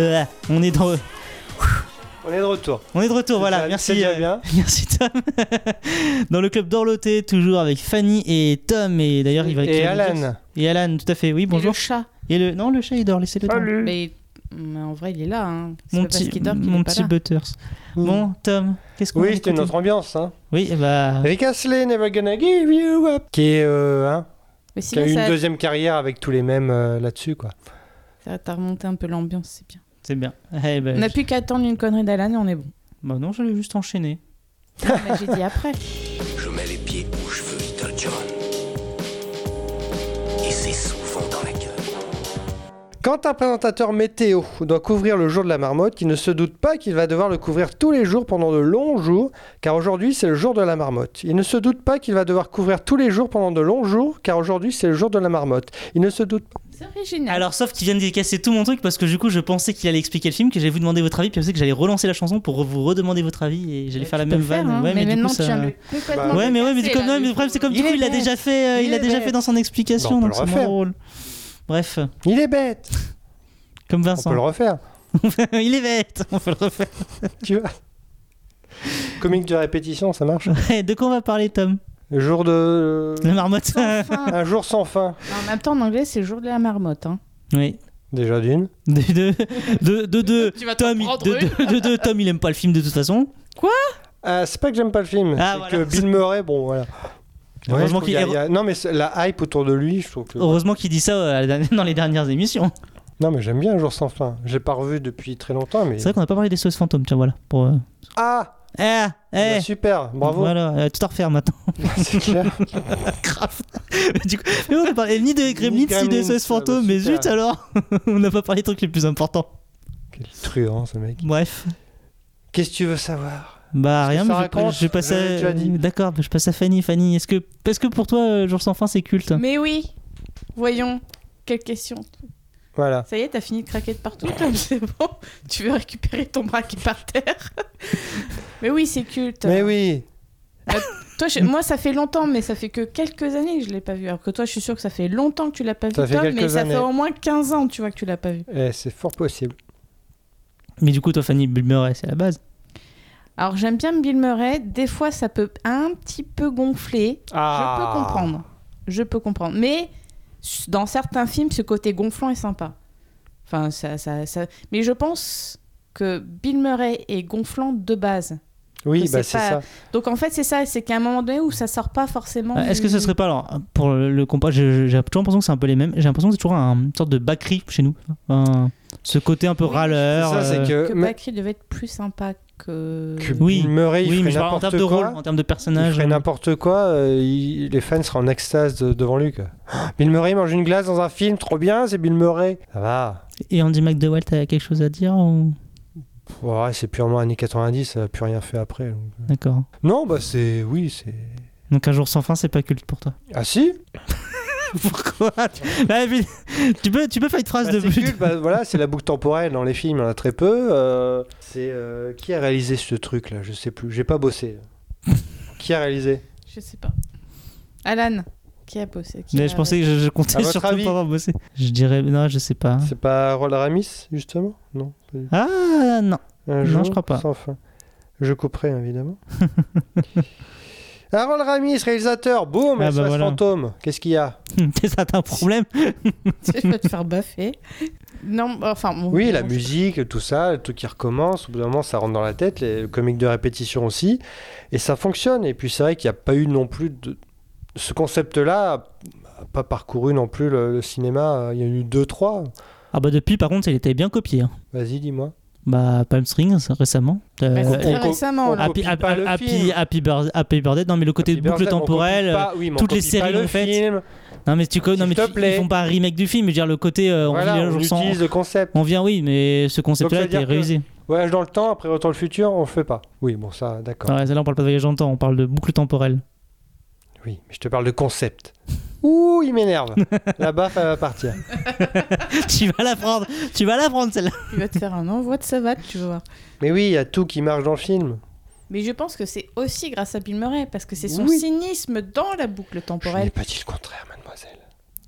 Speaker 3: On est dans.
Speaker 4: On est de retour.
Speaker 3: On est de retour, voilà.
Speaker 4: déjà-
Speaker 3: merci.
Speaker 4: c'est déjà
Speaker 3: euh,
Speaker 4: bien.
Speaker 3: Merci Tom. Dans le club d'Orloté, toujours avec Fanny et Tom. Et d'ailleurs, il va.
Speaker 4: Et
Speaker 3: il va nous
Speaker 4: Alan.
Speaker 3: dire- Et Alan, tout à fait. Oui, bonjour.
Speaker 6: le chat.
Speaker 3: Et le non, le chat il dort. Laissez-le. dormir.
Speaker 6: Mais, mais en vrai, il est là. Hein. Oh, C'est
Speaker 3: Mon
Speaker 6: pas parce
Speaker 3: petit,
Speaker 6: qu'il dort qu'il
Speaker 3: mon
Speaker 6: est pas
Speaker 3: petit
Speaker 6: là.
Speaker 3: Butters. Bon, Tom, qu'est-ce qu'on
Speaker 4: Mmh. Oui,
Speaker 3: va
Speaker 4: c'était
Speaker 3: écouter
Speaker 4: notre ambiance. Hein.
Speaker 3: Oui, bah.
Speaker 4: Rick Astley, Never Gonna Give You Up, qui est euh, hein,
Speaker 6: Mais
Speaker 4: qui
Speaker 6: sinon,
Speaker 4: a eu une
Speaker 6: ça,
Speaker 4: deuxième carrière avec tous les mêmes euh, là-dessus, quoi.
Speaker 6: ça t'a remonté un peu l'ambiance, c'est bien.
Speaker 3: C'est bien. Eh ben,
Speaker 6: on n'a plus qu'à attendre une connerie d'Alan et on est bon.
Speaker 3: Bah non, je l'ai juste enchaîné.
Speaker 6: Mais J'ai dit après.
Speaker 12: Je mets les pieds où je veux, Little John. Et c'est souvent dans la gueule.
Speaker 4: Quand un présentateur météo doit couvrir le jour de la marmotte, il ne se doute pas qu'il va devoir le couvrir tous les jours pendant de longs jours, car aujourd'hui c'est le jour de la marmotte. Il ne se doute pas qu'il va devoir couvrir tous les jours pendant de longs jours, car aujourd'hui c'est le jour de la marmotte. Il ne se doute pas.
Speaker 6: C'est original.
Speaker 3: Alors, sauf qu'il vient de casser tout mon truc parce que du coup, je pensais qu'il allait expliquer le film, que j'allais vous demander votre avis, puis je pensais que j'allais relancer la chanson pour vous redemander votre avis et j'allais faire la
Speaker 6: tu peux
Speaker 3: même
Speaker 6: le faire,
Speaker 3: vanne.
Speaker 6: hein,
Speaker 3: ouais,
Speaker 6: mais
Speaker 3: mais, du
Speaker 6: maintenant,
Speaker 3: coup,
Speaker 6: tu
Speaker 3: ça.
Speaker 6: viens de le complètement
Speaker 3: ouais, mais ouais, mais
Speaker 6: casser,
Speaker 3: comme,
Speaker 6: là,
Speaker 3: ouais, mais
Speaker 6: du
Speaker 3: le problème, c'est comme
Speaker 6: coup.
Speaker 3: du
Speaker 6: Il
Speaker 3: coup,
Speaker 6: est
Speaker 3: il a
Speaker 6: bête.
Speaker 3: déjà fait, euh,
Speaker 6: Il
Speaker 3: il a
Speaker 6: est
Speaker 3: déjà
Speaker 6: bête.
Speaker 3: fait dans son explication,
Speaker 4: Bah,
Speaker 3: donc
Speaker 4: on peut le
Speaker 3: c'est moins
Speaker 4: refaire.
Speaker 3: drôle. Bref,
Speaker 4: Il est bête.
Speaker 3: comme
Speaker 4: On peut le
Speaker 3: Vincent.
Speaker 4: refaire.
Speaker 3: il est bête, on peut le refaire.
Speaker 4: tu vois. Comique de répétition, ça marche.
Speaker 3: Ouais, Eh, de quoi on va parler, Tom
Speaker 4: Le jour de. euh,
Speaker 3: La marmotte.
Speaker 6: Enfin.
Speaker 4: Un jour sans fin.
Speaker 6: Non, En même temps, en anglais, c'est le jour de la marmotte. Hein.
Speaker 3: oui.
Speaker 4: Déjà d'une.
Speaker 3: De deux, de, de, de-
Speaker 5: Tu vas t'en
Speaker 3: Tom, il-
Speaker 5: prendre
Speaker 3: de, de, de- de- Tom, il aime pas le film de toute façon.
Speaker 4: Ah, c'est pas que j'aime pas le film,
Speaker 3: Ah,
Speaker 4: c'est
Speaker 3: voilà.
Speaker 4: que Bill Murray, bon voilà.
Speaker 3: Heureusement
Speaker 4: je trouve
Speaker 3: qu'il
Speaker 4: y a-
Speaker 3: est-
Speaker 4: y a- Non mais c'est- la hype autour de lui, je trouve que.
Speaker 3: Heureusement qu'il dit ça euh, à la dernière- dans les dernières émissions.
Speaker 4: Non mais j'aime bien Un jour sans fin. J'ai pas revu depuis très longtemps, mais.
Speaker 3: C'est vrai qu'on n'a pas parlé des sauces fantômes, tiens, voilà. Pour, euh,
Speaker 4: Ah
Speaker 3: Eh, eh.
Speaker 4: bah, Super, bravo.
Speaker 3: Voilà, euh, tout à refaire maintenant.
Speaker 4: c'est clair.
Speaker 3: Grave. Mais du coup, mais on a parlé ni des Gremlins, ni des
Speaker 4: Gremlins,
Speaker 3: SOS
Speaker 4: ah
Speaker 3: fantômes,
Speaker 4: bah
Speaker 3: mais
Speaker 4: super.
Speaker 3: zut alors, on n'a pas parlé des trucs les plus importants.
Speaker 4: Quel truand ce mec.
Speaker 3: Bref,
Speaker 4: Qu'est-ce que tu veux savoir
Speaker 3: bah
Speaker 4: Qu'est-ce
Speaker 3: rien,
Speaker 4: que
Speaker 3: mais
Speaker 4: ça
Speaker 3: je,
Speaker 4: raconte
Speaker 3: je passe
Speaker 4: Je l'ai
Speaker 3: à.
Speaker 4: déjà dit.
Speaker 3: D'accord, mais je passe à Fanny. Fanny, est-ce que, est que pour toi, euh, Jour sans fin, c'est culte
Speaker 6: Mais oui, voyons. Quelle question.
Speaker 4: Voilà.
Speaker 6: Ça y est, t'as fini de craquer de partout, Tom, c'est bon. Tu veux récupérer ton bras qui est par terre. Mais oui, c'est culte.
Speaker 4: Mais oui,
Speaker 6: Toi, je- moi, ça fait longtemps, mais ça fait que quelques années que je l'ai pas vu. Alors que toi, je suis sûr que ça fait longtemps que tu l'as pas vu,
Speaker 4: Ça fait
Speaker 6: Tom,
Speaker 4: quelques
Speaker 6: mais ça
Speaker 4: années.
Speaker 6: fait au moins 15 ans, tu vois, que tu l'as pas vu.
Speaker 4: Eh, c'est fort possible.
Speaker 3: Mais du coup, toi, Fanny, Bill Murray, c'est la base.
Speaker 6: Alors, j'aime bien Bill Murray. Des fois, ça peut un petit peu gonfler. Je
Speaker 4: Ah.
Speaker 6: peux comprendre. Je peux comprendre. Mais s- dans certains films, ce côté gonflant est sympa. Enfin, ça, ça, ça... Mais je pense que Bill Murray est gonflant de base.
Speaker 4: Oui,
Speaker 6: Que
Speaker 4: bah
Speaker 6: c'est
Speaker 4: c'est ça.
Speaker 6: pas- Donc en fait, c'est ça, c'est qu'à un moment donné où ça sort pas forcément.
Speaker 3: Ah, Est-ce
Speaker 6: du-
Speaker 3: que ce serait pas, alors, pour le, le compas, j'ai j'ai toujours l'impression que c'est un peu les mêmes. J'ai l'impression que c'est toujours un- une sorte de bacri chez nous. Un- ce côté un peu
Speaker 6: Oui,
Speaker 3: râleur.
Speaker 4: ça, c'est
Speaker 3: euh,
Speaker 4: que,
Speaker 6: que
Speaker 4: mais-
Speaker 6: Bakri devait être plus sympa que.
Speaker 4: que
Speaker 3: Oui,
Speaker 4: Bill Murray, il
Speaker 3: Oui, mais
Speaker 4: ferait
Speaker 3: je parle en
Speaker 4: n'importe
Speaker 3: termes de
Speaker 4: quoi.
Speaker 3: rôle, en termes de
Speaker 4: il
Speaker 3: personnage. hein.
Speaker 4: ferait n'importe quoi, euh, il- les fans seraient en extase de- devant lui. quoi. Ah, Bill Murray mange une glace dans un film, trop bien, c'est Bill Murray. Ça va.
Speaker 3: Et Andy McDowell, t'as quelque chose à dire ou...
Speaker 4: Pff, ouais, c'est purement années 90, ça n'a plus rien fait après. donc.
Speaker 3: D'accord.
Speaker 4: Non, bah c'est. Oui, c'est.
Speaker 3: Donc un jour sans fin, c'est pas culte pour toi.
Speaker 4: Ah si
Speaker 3: Pourquoi Là, mais- tu, peux, tu peux faire une phrase
Speaker 4: Bah,
Speaker 3: de
Speaker 4: c'est
Speaker 3: Ah, plus.
Speaker 4: culte, bah, voilà, c'est la boucle temporelle dans les films, il y en a très peu. euh, c'est euh, qui a réalisé ce truc là Je sais plus, j'ai pas bossé. qui a réalisé
Speaker 6: Je sais pas. Alan, qui a bossé qui
Speaker 3: Mais
Speaker 6: a-
Speaker 3: je pensais que je, je
Speaker 4: À
Speaker 3: comptais
Speaker 4: votre
Speaker 3: sur toi
Speaker 4: avis
Speaker 3: pour avoir bossé. Je dirais non, je sais pas.
Speaker 4: C'est pas Roland Ramis justement Non. pas du-
Speaker 3: Ah non.
Speaker 4: Un
Speaker 3: non,
Speaker 4: jour
Speaker 3: je crois pas.
Speaker 4: sans fin. Je couperai évidemment. Harold Ramis, réalisateur, boum,
Speaker 3: Ah, bah,
Speaker 4: l'espace
Speaker 3: voilà.
Speaker 4: fantôme. Qu'est-ce qu'il y a
Speaker 3: ça t'as un problème.
Speaker 6: je vais te faire baffer. Non, enfin.
Speaker 3: Oh,
Speaker 6: bon,
Speaker 4: Oui, la
Speaker 6: bon,
Speaker 4: musique, tout ça, le truc qui recommence, au bout d'un moment ça rentre dans la tête, les le comique de répétition aussi, et ça fonctionne. Et puis c'est vrai qu'il n'y a pas eu non plus de. Ce concept-là a- a pas parcouru non plus le, le cinéma, il y a eu deux, trois.
Speaker 3: Ah bah depuis, par contre, il était bien copié. hein.
Speaker 4: Vas-y, dis-moi.
Speaker 3: Bah Palm Springs récemment. Euh,
Speaker 6: Bah, c'est
Speaker 4: on-
Speaker 6: très
Speaker 4: on-
Speaker 6: récemment,
Speaker 4: on-
Speaker 6: là.
Speaker 3: Happy,
Speaker 4: copie Ah, pas
Speaker 3: Happy-
Speaker 4: le
Speaker 3: Happy-
Speaker 4: film.
Speaker 3: Happy Birth- Happy Birthday. Non mais le côté
Speaker 4: Happy
Speaker 3: boucle
Speaker 4: Birthday, on copie
Speaker 3: temporelle.
Speaker 4: pas- oui, mais on
Speaker 3: toutes les
Speaker 4: copie pas
Speaker 3: séries
Speaker 4: le
Speaker 3: l'ont fait.
Speaker 4: film.
Speaker 3: euh, Non mais tu co- non
Speaker 4: S'il
Speaker 3: mais
Speaker 4: te
Speaker 3: tu-
Speaker 4: plaît.
Speaker 3: ils font pas un remake du film, mais je veux dire le côté euh, on
Speaker 4: Voilà,
Speaker 3: revient
Speaker 4: on,
Speaker 3: un jour sans.
Speaker 4: utilise le concept.
Speaker 3: On vient oui, mais ce
Speaker 4: Donc,
Speaker 3: concept-là
Speaker 4: ça veut
Speaker 3: était
Speaker 4: dire que-
Speaker 3: réusé.
Speaker 4: Voyage dans le temps, après retour le futur, on le fait pas. Oui, bon, ça, d'accord.
Speaker 3: Ouais, là on parle pas de voyage dans le temps, on parle de boucle temporelle.
Speaker 4: Oui, mais je te parle de concept. Ouh, il m'énerve. Là-bas, ça va partir.
Speaker 3: tu vas la prendre, tu vas la prendre celle-là.
Speaker 6: Il va te faire un envoi de savate, tu vas voir.
Speaker 4: Mais oui, il y a tout qui marche dans le film.
Speaker 6: Mais je pense que c'est aussi grâce à Bill Murray, parce que c'est son
Speaker 4: Oui.
Speaker 6: cynisme dans la boucle
Speaker 4: Je n'ai
Speaker 6: temporelle.
Speaker 4: pas dit le contraire, mademoiselle.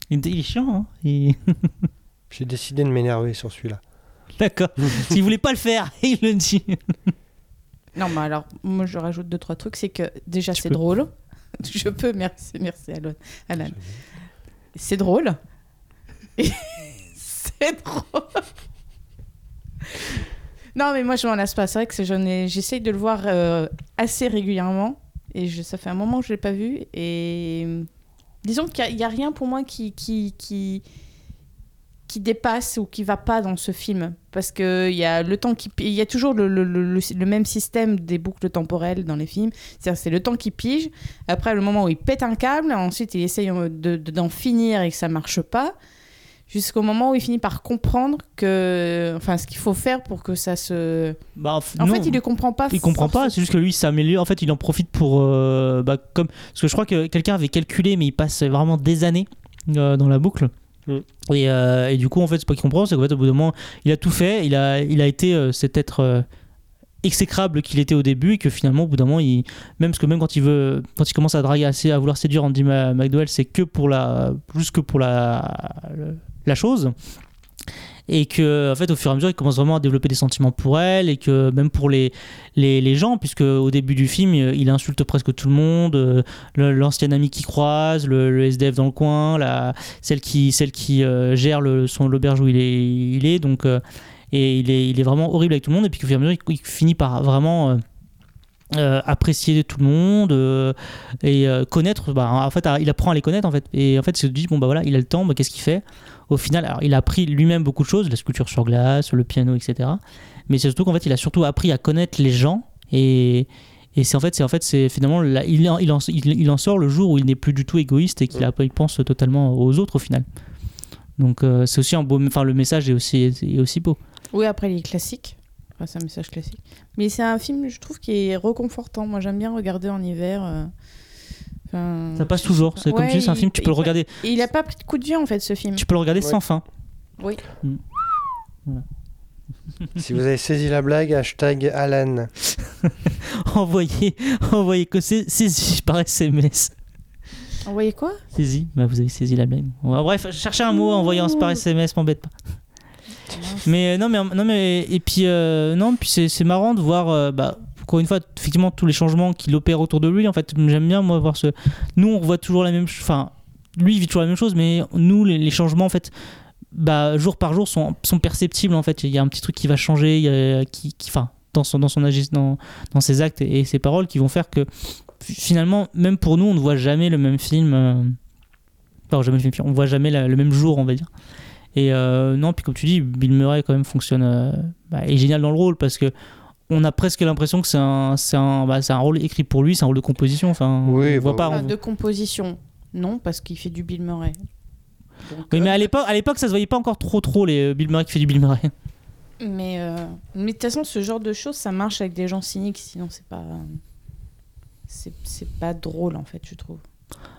Speaker 3: Il est il est chiant, hein. Il-
Speaker 4: Je J'ai décidé de m'énerver sur celui-là.
Speaker 3: D'accord. S'il voulait pas le faire, il le dit.
Speaker 6: Non, mais alors, moi, je rajoute deux, trois trucs. C'est que déjà, c'est
Speaker 3: peux.
Speaker 6: drôle. Je peux, merci, merci, Alan. Alan. C'est drôle. Et c'est drôle. Non, mais moi, je m'en lasse pas. C'est vrai que j'en ai- j'essaye de le voir euh, assez régulièrement. Et je- ça fait un moment que je l'ai pas vu. Et euh, disons qu'il n'y a, rien pour moi qui, qui, qui, qui dépasse ou qui va pas dans ce film. Parce qu'il y a le temps qui. pi- Il y a toujours le, le- le- le- le même système des boucles temporelles dans les films. C'est-à-dire, c'est le temps qui pige. Après, le moment où il pète un câble, ensuite, il essaye euh, de- de- d'en finir et que ça marche pas jusqu'au moment où il finit par comprendre que enfin ce qu'il faut faire pour que ça se
Speaker 3: Bah,
Speaker 6: en
Speaker 3: non.
Speaker 6: fait il ne comprend pas
Speaker 3: Il comprend pas, c'est juste que lui, il s'améliore. En fait, il en profite pour. euh, bah, comme... Parce que je crois que quelqu'un avait calculé, mais il passe vraiment des années euh, dans la boucle. Et, euh, et du coup, en fait, c'est pas qu'il comprend, c'est qu'en fait, au bout d'un moment, il a tout fait, il a, il a été euh, cet être euh, exécrable qu'il était au début, et que finalement, au bout d'un moment, il, même, parce que même quand il, veut, quand il commence à draguer, assez, à vouloir séduire Andy Ma- McDowell, c'est que pour la. plus que pour la, la chose et que en fait au fur et à mesure il commence vraiment à développer des sentiments pour elle et que même pour les, les, les gens puisque au début du film euh, il insulte presque tout le monde euh, le- l'ancien ami qui croise le, le SDF dans le coin la, celle qui, celle qui euh, gère le, son l'auberge où il est, il est donc euh, et il est, il est vraiment horrible avec tout le monde et puis qu'au fur et à mesure il, il finit par vraiment euh, euh, apprécier tout le monde euh, et euh, connaître bah, en fait il apprend à les connaître en fait et en fait il se dit bon bah voilà il a le temps bah, qu'est-ce qu'il fait au final alors, il a appris lui-même beaucoup de choses la sculpture sur glace le piano etc mais c'est surtout qu'en fait il a surtout appris à connaître les gens et et c'est en fait c'est en fait c'est finalement la- il, en, il, en, il, il en sort le jour où il n'est plus du tout égoïste et qu'il a- il pense totalement aux autres au final donc euh, c'est aussi un beau enfin le message est aussi est aussi beau
Speaker 6: oui après il est classique Enfin, c'est un message classique mais c'est un film je trouve qui est reconfortant moi j'aime bien regarder en hiver euh, enfin,
Speaker 3: Ça passe toujours. C'est comme
Speaker 6: Ouais,
Speaker 3: tu dis, c'est un film, tu peux le regarder.
Speaker 6: il n'a pas pris de coup de vieux en fait ce film
Speaker 3: Tu peux le regarder sans fin.
Speaker 6: oui
Speaker 4: si vous avez saisi la blague, hashtag Alan.
Speaker 3: envoyez, envoyez que c'est saisi par SMS.
Speaker 6: envoyez quoi
Speaker 3: Saisi, bah vous avez saisi la même. Bref, cherchez un mot, envoyez un par SMS, m'embête pas. Mais euh, non, mais non, mais et puis euh, non, puis c'est c'est marrant de voir. euh, bah, encore une fois, effectivement, tous les changements qu'il opère autour de lui. En fait, j'aime bien moi voir ce. Nous, on voit toujours la même. ch- Enfin, lui il vit toujours la même chose, mais nous, les, les changements en fait, bah, jour par jour sont, sont perceptibles en fait. Il y a un petit truc qui va changer, il y a- qui, qui, enfin, dans son dans son agis- dans, dans ses actes et, et ses paroles, qui vont faire que finalement, même pour nous, on ne voit jamais le même film. euh, Enfin, jamais le même film. On voit jamais la- le même jour, on va dire. Et euh, non, puis comme tu dis, Bill Murray quand même fonctionne, euh, bah, est génial dans le rôle parce que on a presque l'impression que c'est un, c'est un, bah, c'est un rôle écrit pour lui, c'est un rôle de composition. Enfin, on voit pas.
Speaker 6: Enfin,
Speaker 3: on-
Speaker 6: Euh, de composition non parce qu'il fait du Bill Murray
Speaker 3: Oui,
Speaker 6: Euh,
Speaker 3: mais à l'époque, à l'époque, ça se voyait pas encore trop, trop les euh, Bill Murray qui fait du Bill Murray.
Speaker 6: mais euh, mais de toute façon ce genre de choses ça marche avec des gens cyniques sinon c'est pas c'est c'est pas drôle en fait je trouve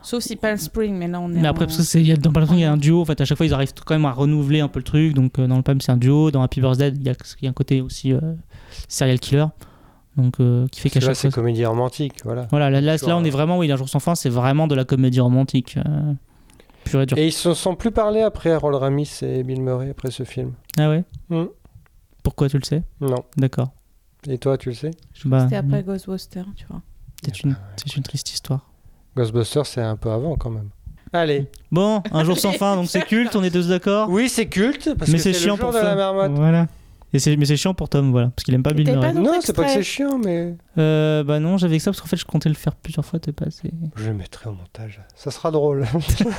Speaker 6: sauf si Palm Spring mais là on est
Speaker 3: Mais après,
Speaker 6: en-
Speaker 3: parce que c'est il y a- dans Palm Spring, il y a un duo. En fait, à chaque fois, ils arrivent quand même à renouveler un peu le truc. Donc, euh, dans le Palm, c'est un duo. Dans Happy Birthday, il y a, il y a un côté aussi euh, serial killer. Donc, euh, qui fait qu'à
Speaker 4: Là,
Speaker 3: chaque
Speaker 4: c'est
Speaker 3: fois.
Speaker 4: comédie romantique, voilà.
Speaker 3: Voilà, là, là,
Speaker 4: Genre, euh,
Speaker 3: là, on est vraiment, oui, un jour sans fin, c'est vraiment de la comédie romantique. euh, pure et dure.
Speaker 4: Et ils se sont plus parlé après Harold Ramis et Bill Murray après ce film.
Speaker 3: Ah ouais
Speaker 4: Hmm.
Speaker 3: Pourquoi tu le sais
Speaker 4: Non.
Speaker 3: D'accord.
Speaker 4: Et toi, tu le sais
Speaker 3: Bah,
Speaker 6: c'était après Ghostbusters tu vois
Speaker 3: c'est une, c'est une triste histoire.
Speaker 4: Ghostbusters, c'est un peu avant quand même. Allez.
Speaker 3: Bon, un jour sans fin, donc c'est culte, on est tous d'accord
Speaker 4: Oui, c'est culte, parce
Speaker 3: mais
Speaker 4: que
Speaker 3: c'est
Speaker 4: c'est
Speaker 3: chiant
Speaker 4: le jour
Speaker 3: pour
Speaker 4: de la
Speaker 3: Tom.
Speaker 4: marmotte.
Speaker 3: Voilà. Et c'est- mais c'est chiant pour Tom, voilà, parce qu'il aime pas Bill
Speaker 4: T'avais
Speaker 3: Murray.
Speaker 4: pas d'autres Non, c'est pas que extraits c'est chiant, mais-
Speaker 3: Euh, bah non, j'avais que ça parce qu'en fait, je comptais le faire plusieurs fois, t'es pas assez.
Speaker 4: Je le mettrai au montage. Ça sera drôle.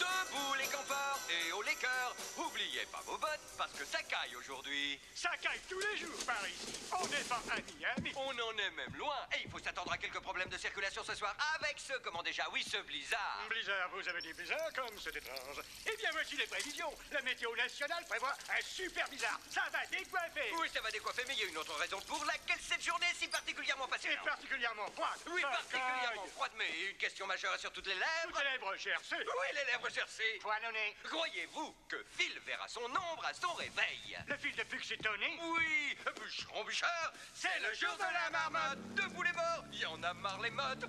Speaker 10: Debout les campeurs et haut les cœurs, oubliez
Speaker 13: n'oubliez pas vos bottes, parce que ça caille aujourd'hui.
Speaker 14: Ça caille tous les jours par ici. On n'est pas à Miami.
Speaker 13: On en est même loin. Et il faut s'attendre à quelques problèmes de circulation ce soir avec ce, comment déjà, oui, ce blizzard.
Speaker 14: Blizzard, vous avez dit blizzard comme c'est étrange. Eh bien, voici les prévisions. La météo nationale prévoit un super blizzard. Ça va décoiffer.
Speaker 13: Oui, ça va décoiffer, mais il y a une autre raison pour laquelle cette journée est si particulièrement
Speaker 14: Et
Speaker 13: passionnante.
Speaker 14: particulièrement froide.
Speaker 13: Oui,
Speaker 14: Ça
Speaker 13: particulièrement
Speaker 14: caille.
Speaker 13: froide, mais une question majeure est sur toutes les lèvres.
Speaker 14: Toutes les lèvres gercées.
Speaker 13: Oui, les lèvres gercées.
Speaker 14: Poilonnées.
Speaker 13: Croyez-vous que Phil verra son ombre à son réveil
Speaker 14: Le fil de Puxitoni
Speaker 13: Oui, bûcheron, bûcheur, c'est le jour de la marmotte. Debout les morts, il y en a marre les mottes.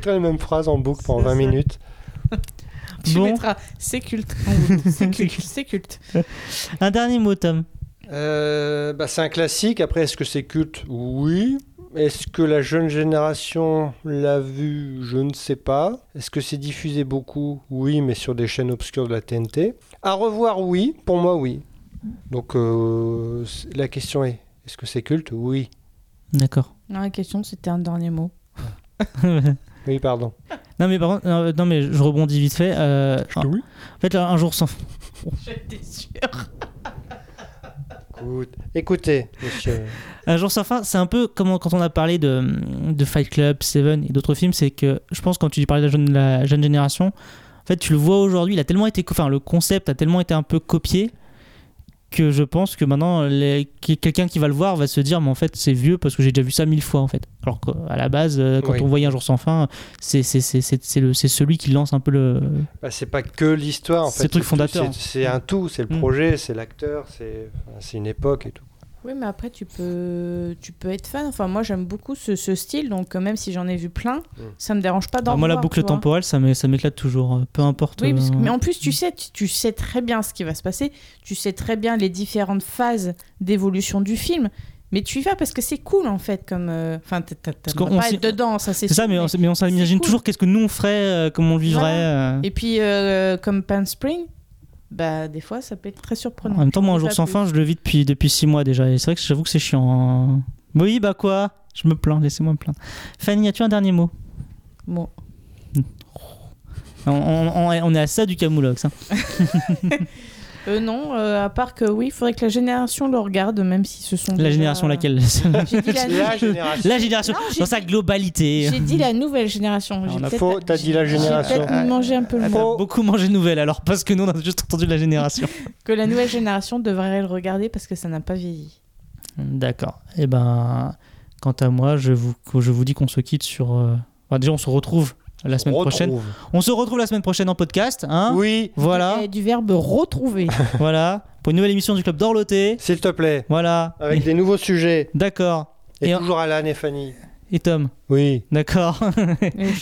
Speaker 4: C'est la même phrase en boucle pendant 20 minutes.
Speaker 5: Tu
Speaker 3: Bon.
Speaker 5: mettras c'est culte. en haut. C'est culte. C'est culte.
Speaker 3: Un dernier mot, Tom.
Speaker 4: Euh, bah, c'est un classique. Après, est-ce que c'est culte Oui. Est-ce que la jeune génération l'a vu Je ne sais pas. Est-ce que c'est diffusé beaucoup Oui, mais sur des chaînes obscures de la TNT. À revoir, oui. Pour moi, oui. Donc, euh, c- la question est est-ce que c'est culte Oui.
Speaker 3: D'accord.
Speaker 6: Non, la question, c'était un dernier mot.
Speaker 4: Oui, pardon.
Speaker 3: Non mais par contre, euh, non mais je rebondis vite fait. euh, en, en fait, là, un jour sans.
Speaker 5: J'étais sûre.
Speaker 4: Écoute- Écoutez, monsieur.
Speaker 3: Un jour sans fin, c'est un peu comme quand on a parlé de, de Fight Club, Seven et d'autres films, c'est que je pense quand tu parlais de la jeune, la jeune génération, en fait tu le vois aujourd'hui, il a tellement été, co- enfin le concept a tellement été un peu copié que je pense que maintenant les- qui- quelqu'un qui va le voir va se dire mais en fait c'est vieux parce que j'ai déjà vu ça mille fois en fait. Alors qu'à la base, euh, quand
Speaker 4: Oui.
Speaker 3: on voyait un jour sans fin, c'est c'est- c'est- c'est- c'est le- c'est celui qui lance un peu le.
Speaker 4: Bah, c'est pas que l'histoire, en
Speaker 3: C'est
Speaker 4: fait.
Speaker 3: le truc
Speaker 4: tout-
Speaker 3: fondateur.
Speaker 4: c'est- C'est un tout. C'est le
Speaker 3: Mm.
Speaker 4: projet, c'est l'acteur, c'est enfin, c'est une époque et tout.
Speaker 6: Oui, mais après, tu peux, tu peux être fan. Enfin, moi, j'aime beaucoup ce, ce style, donc euh, même si j'en ai vu plein, ça me dérange pas d'en
Speaker 3: Alors Ah, moi la
Speaker 6: revoir,
Speaker 3: boucle
Speaker 6: tu vois.
Speaker 3: temporelle ça m'é- ça m'éclate toujours, euh, peu importe.
Speaker 6: Oui, parce que-
Speaker 3: euh,
Speaker 6: mais en plus, tu sais, tu, tu sais très bien ce qui va se passer, tu sais très bien les différentes phases d'évolution du film, mais tu y vas parce que c'est cool en fait, comme. euh, Enfin, t'as- t'as- t'as-
Speaker 3: qu'on-
Speaker 6: on va
Speaker 3: on
Speaker 6: pas
Speaker 3: s'y-
Speaker 6: être dedans, ça c'est
Speaker 3: C'est ça,
Speaker 6: sûr,
Speaker 3: mais on, s- mais on s'imagine
Speaker 6: cool.
Speaker 3: toujours qu'est-ce que nous on ferait, euh, comment on le vivrait.
Speaker 6: Voilà.
Speaker 3: euh.
Speaker 6: Et puis, euh, comme Pan Spring, bah, des fois, ça peut être très surprenant.
Speaker 3: En même temps, moi, un jour
Speaker 6: Pas
Speaker 3: sans
Speaker 6: plus.
Speaker 3: fin, je le vis depuis, depuis 6 mois déjà. Et c'est vrai que j'avoue que c'est chiant. hein. Oui, bah quoi Je me plains, laissez-moi me plaindre. Fanny, as-tu un dernier mot
Speaker 6: Bon.
Speaker 3: on, on- on est- on est à ça du camoulox. hein.
Speaker 6: Euh, non, euh, à part que oui, il faudrait que la génération le regarde, même si ce sont.
Speaker 3: La
Speaker 6: déjà-
Speaker 3: génération laquelle
Speaker 6: J'ai dit la-
Speaker 4: La génération.
Speaker 3: La génération,
Speaker 6: Non, j'ai
Speaker 3: dans sa
Speaker 6: dit-
Speaker 3: globalité.
Speaker 6: J'ai dit la nouvelle génération. J'ai
Speaker 3: on a
Speaker 6: peut-être-
Speaker 4: Ah, Faux, t'as dit la
Speaker 6: j'ai
Speaker 4: génération. Ah,
Speaker 6: peut-être mangé un peu le
Speaker 3: On
Speaker 6: mot.
Speaker 3: a beaucoup mangé de nouvelles alors parce que nous on a juste entendu la génération.
Speaker 6: Que la nouvelle génération devrait le regarder parce que ça n'a pas vieilli.
Speaker 3: D'accord. Et ben, quant à moi, je vous, je vous dis qu'on se quitte sur. euh, enfin, déjà, on se retrouve la semaine prochaine.
Speaker 4: Retrouve.
Speaker 3: On se retrouve la semaine prochaine en podcast. Hein
Speaker 4: Oui,
Speaker 3: Voilà.
Speaker 6: Et du verbe retrouver.
Speaker 3: voilà, pour une nouvelle émission du Club d'Orloté.
Speaker 4: s'il te plaît,
Speaker 3: Voilà.
Speaker 4: avec des nouveaux sujets.
Speaker 3: D'accord.
Speaker 4: Et,
Speaker 3: Et-
Speaker 4: toujours Alan et Fanny.
Speaker 3: Et Tom.
Speaker 4: Oui.
Speaker 3: D'accord.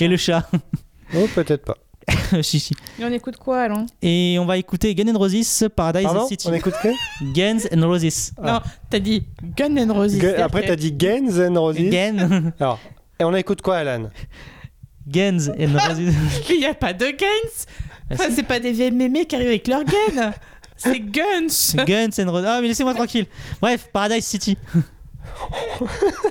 Speaker 3: Et le chat.
Speaker 4: Oh, peut-être pas.
Speaker 3: si, si.
Speaker 6: Et on écoute quoi, Alain
Speaker 3: Et on va écouter Guns N' Roses, Paradise
Speaker 4: Pardon
Speaker 3: City.
Speaker 4: On Ah, écoute quoi
Speaker 3: Guns N' Roses.
Speaker 5: Non, t'as dit Gun and Roses.
Speaker 4: Gu- Après, t'as dit Gaines and Roses.
Speaker 3: Guns.
Speaker 4: Alors, et on écoute quoi, Alan
Speaker 3: Guns N' Roses.
Speaker 5: Il n'y a pas de Guns.
Speaker 4: Ah,
Speaker 5: Enfin, c'est pas des vieilles mémés qui arrivent avec leur gun. C'est Guns.
Speaker 3: Guns N' Roses. Ah, mais laissez-moi tranquille. Bref, Paradise City.
Speaker 9: Oh, Oh, Oh,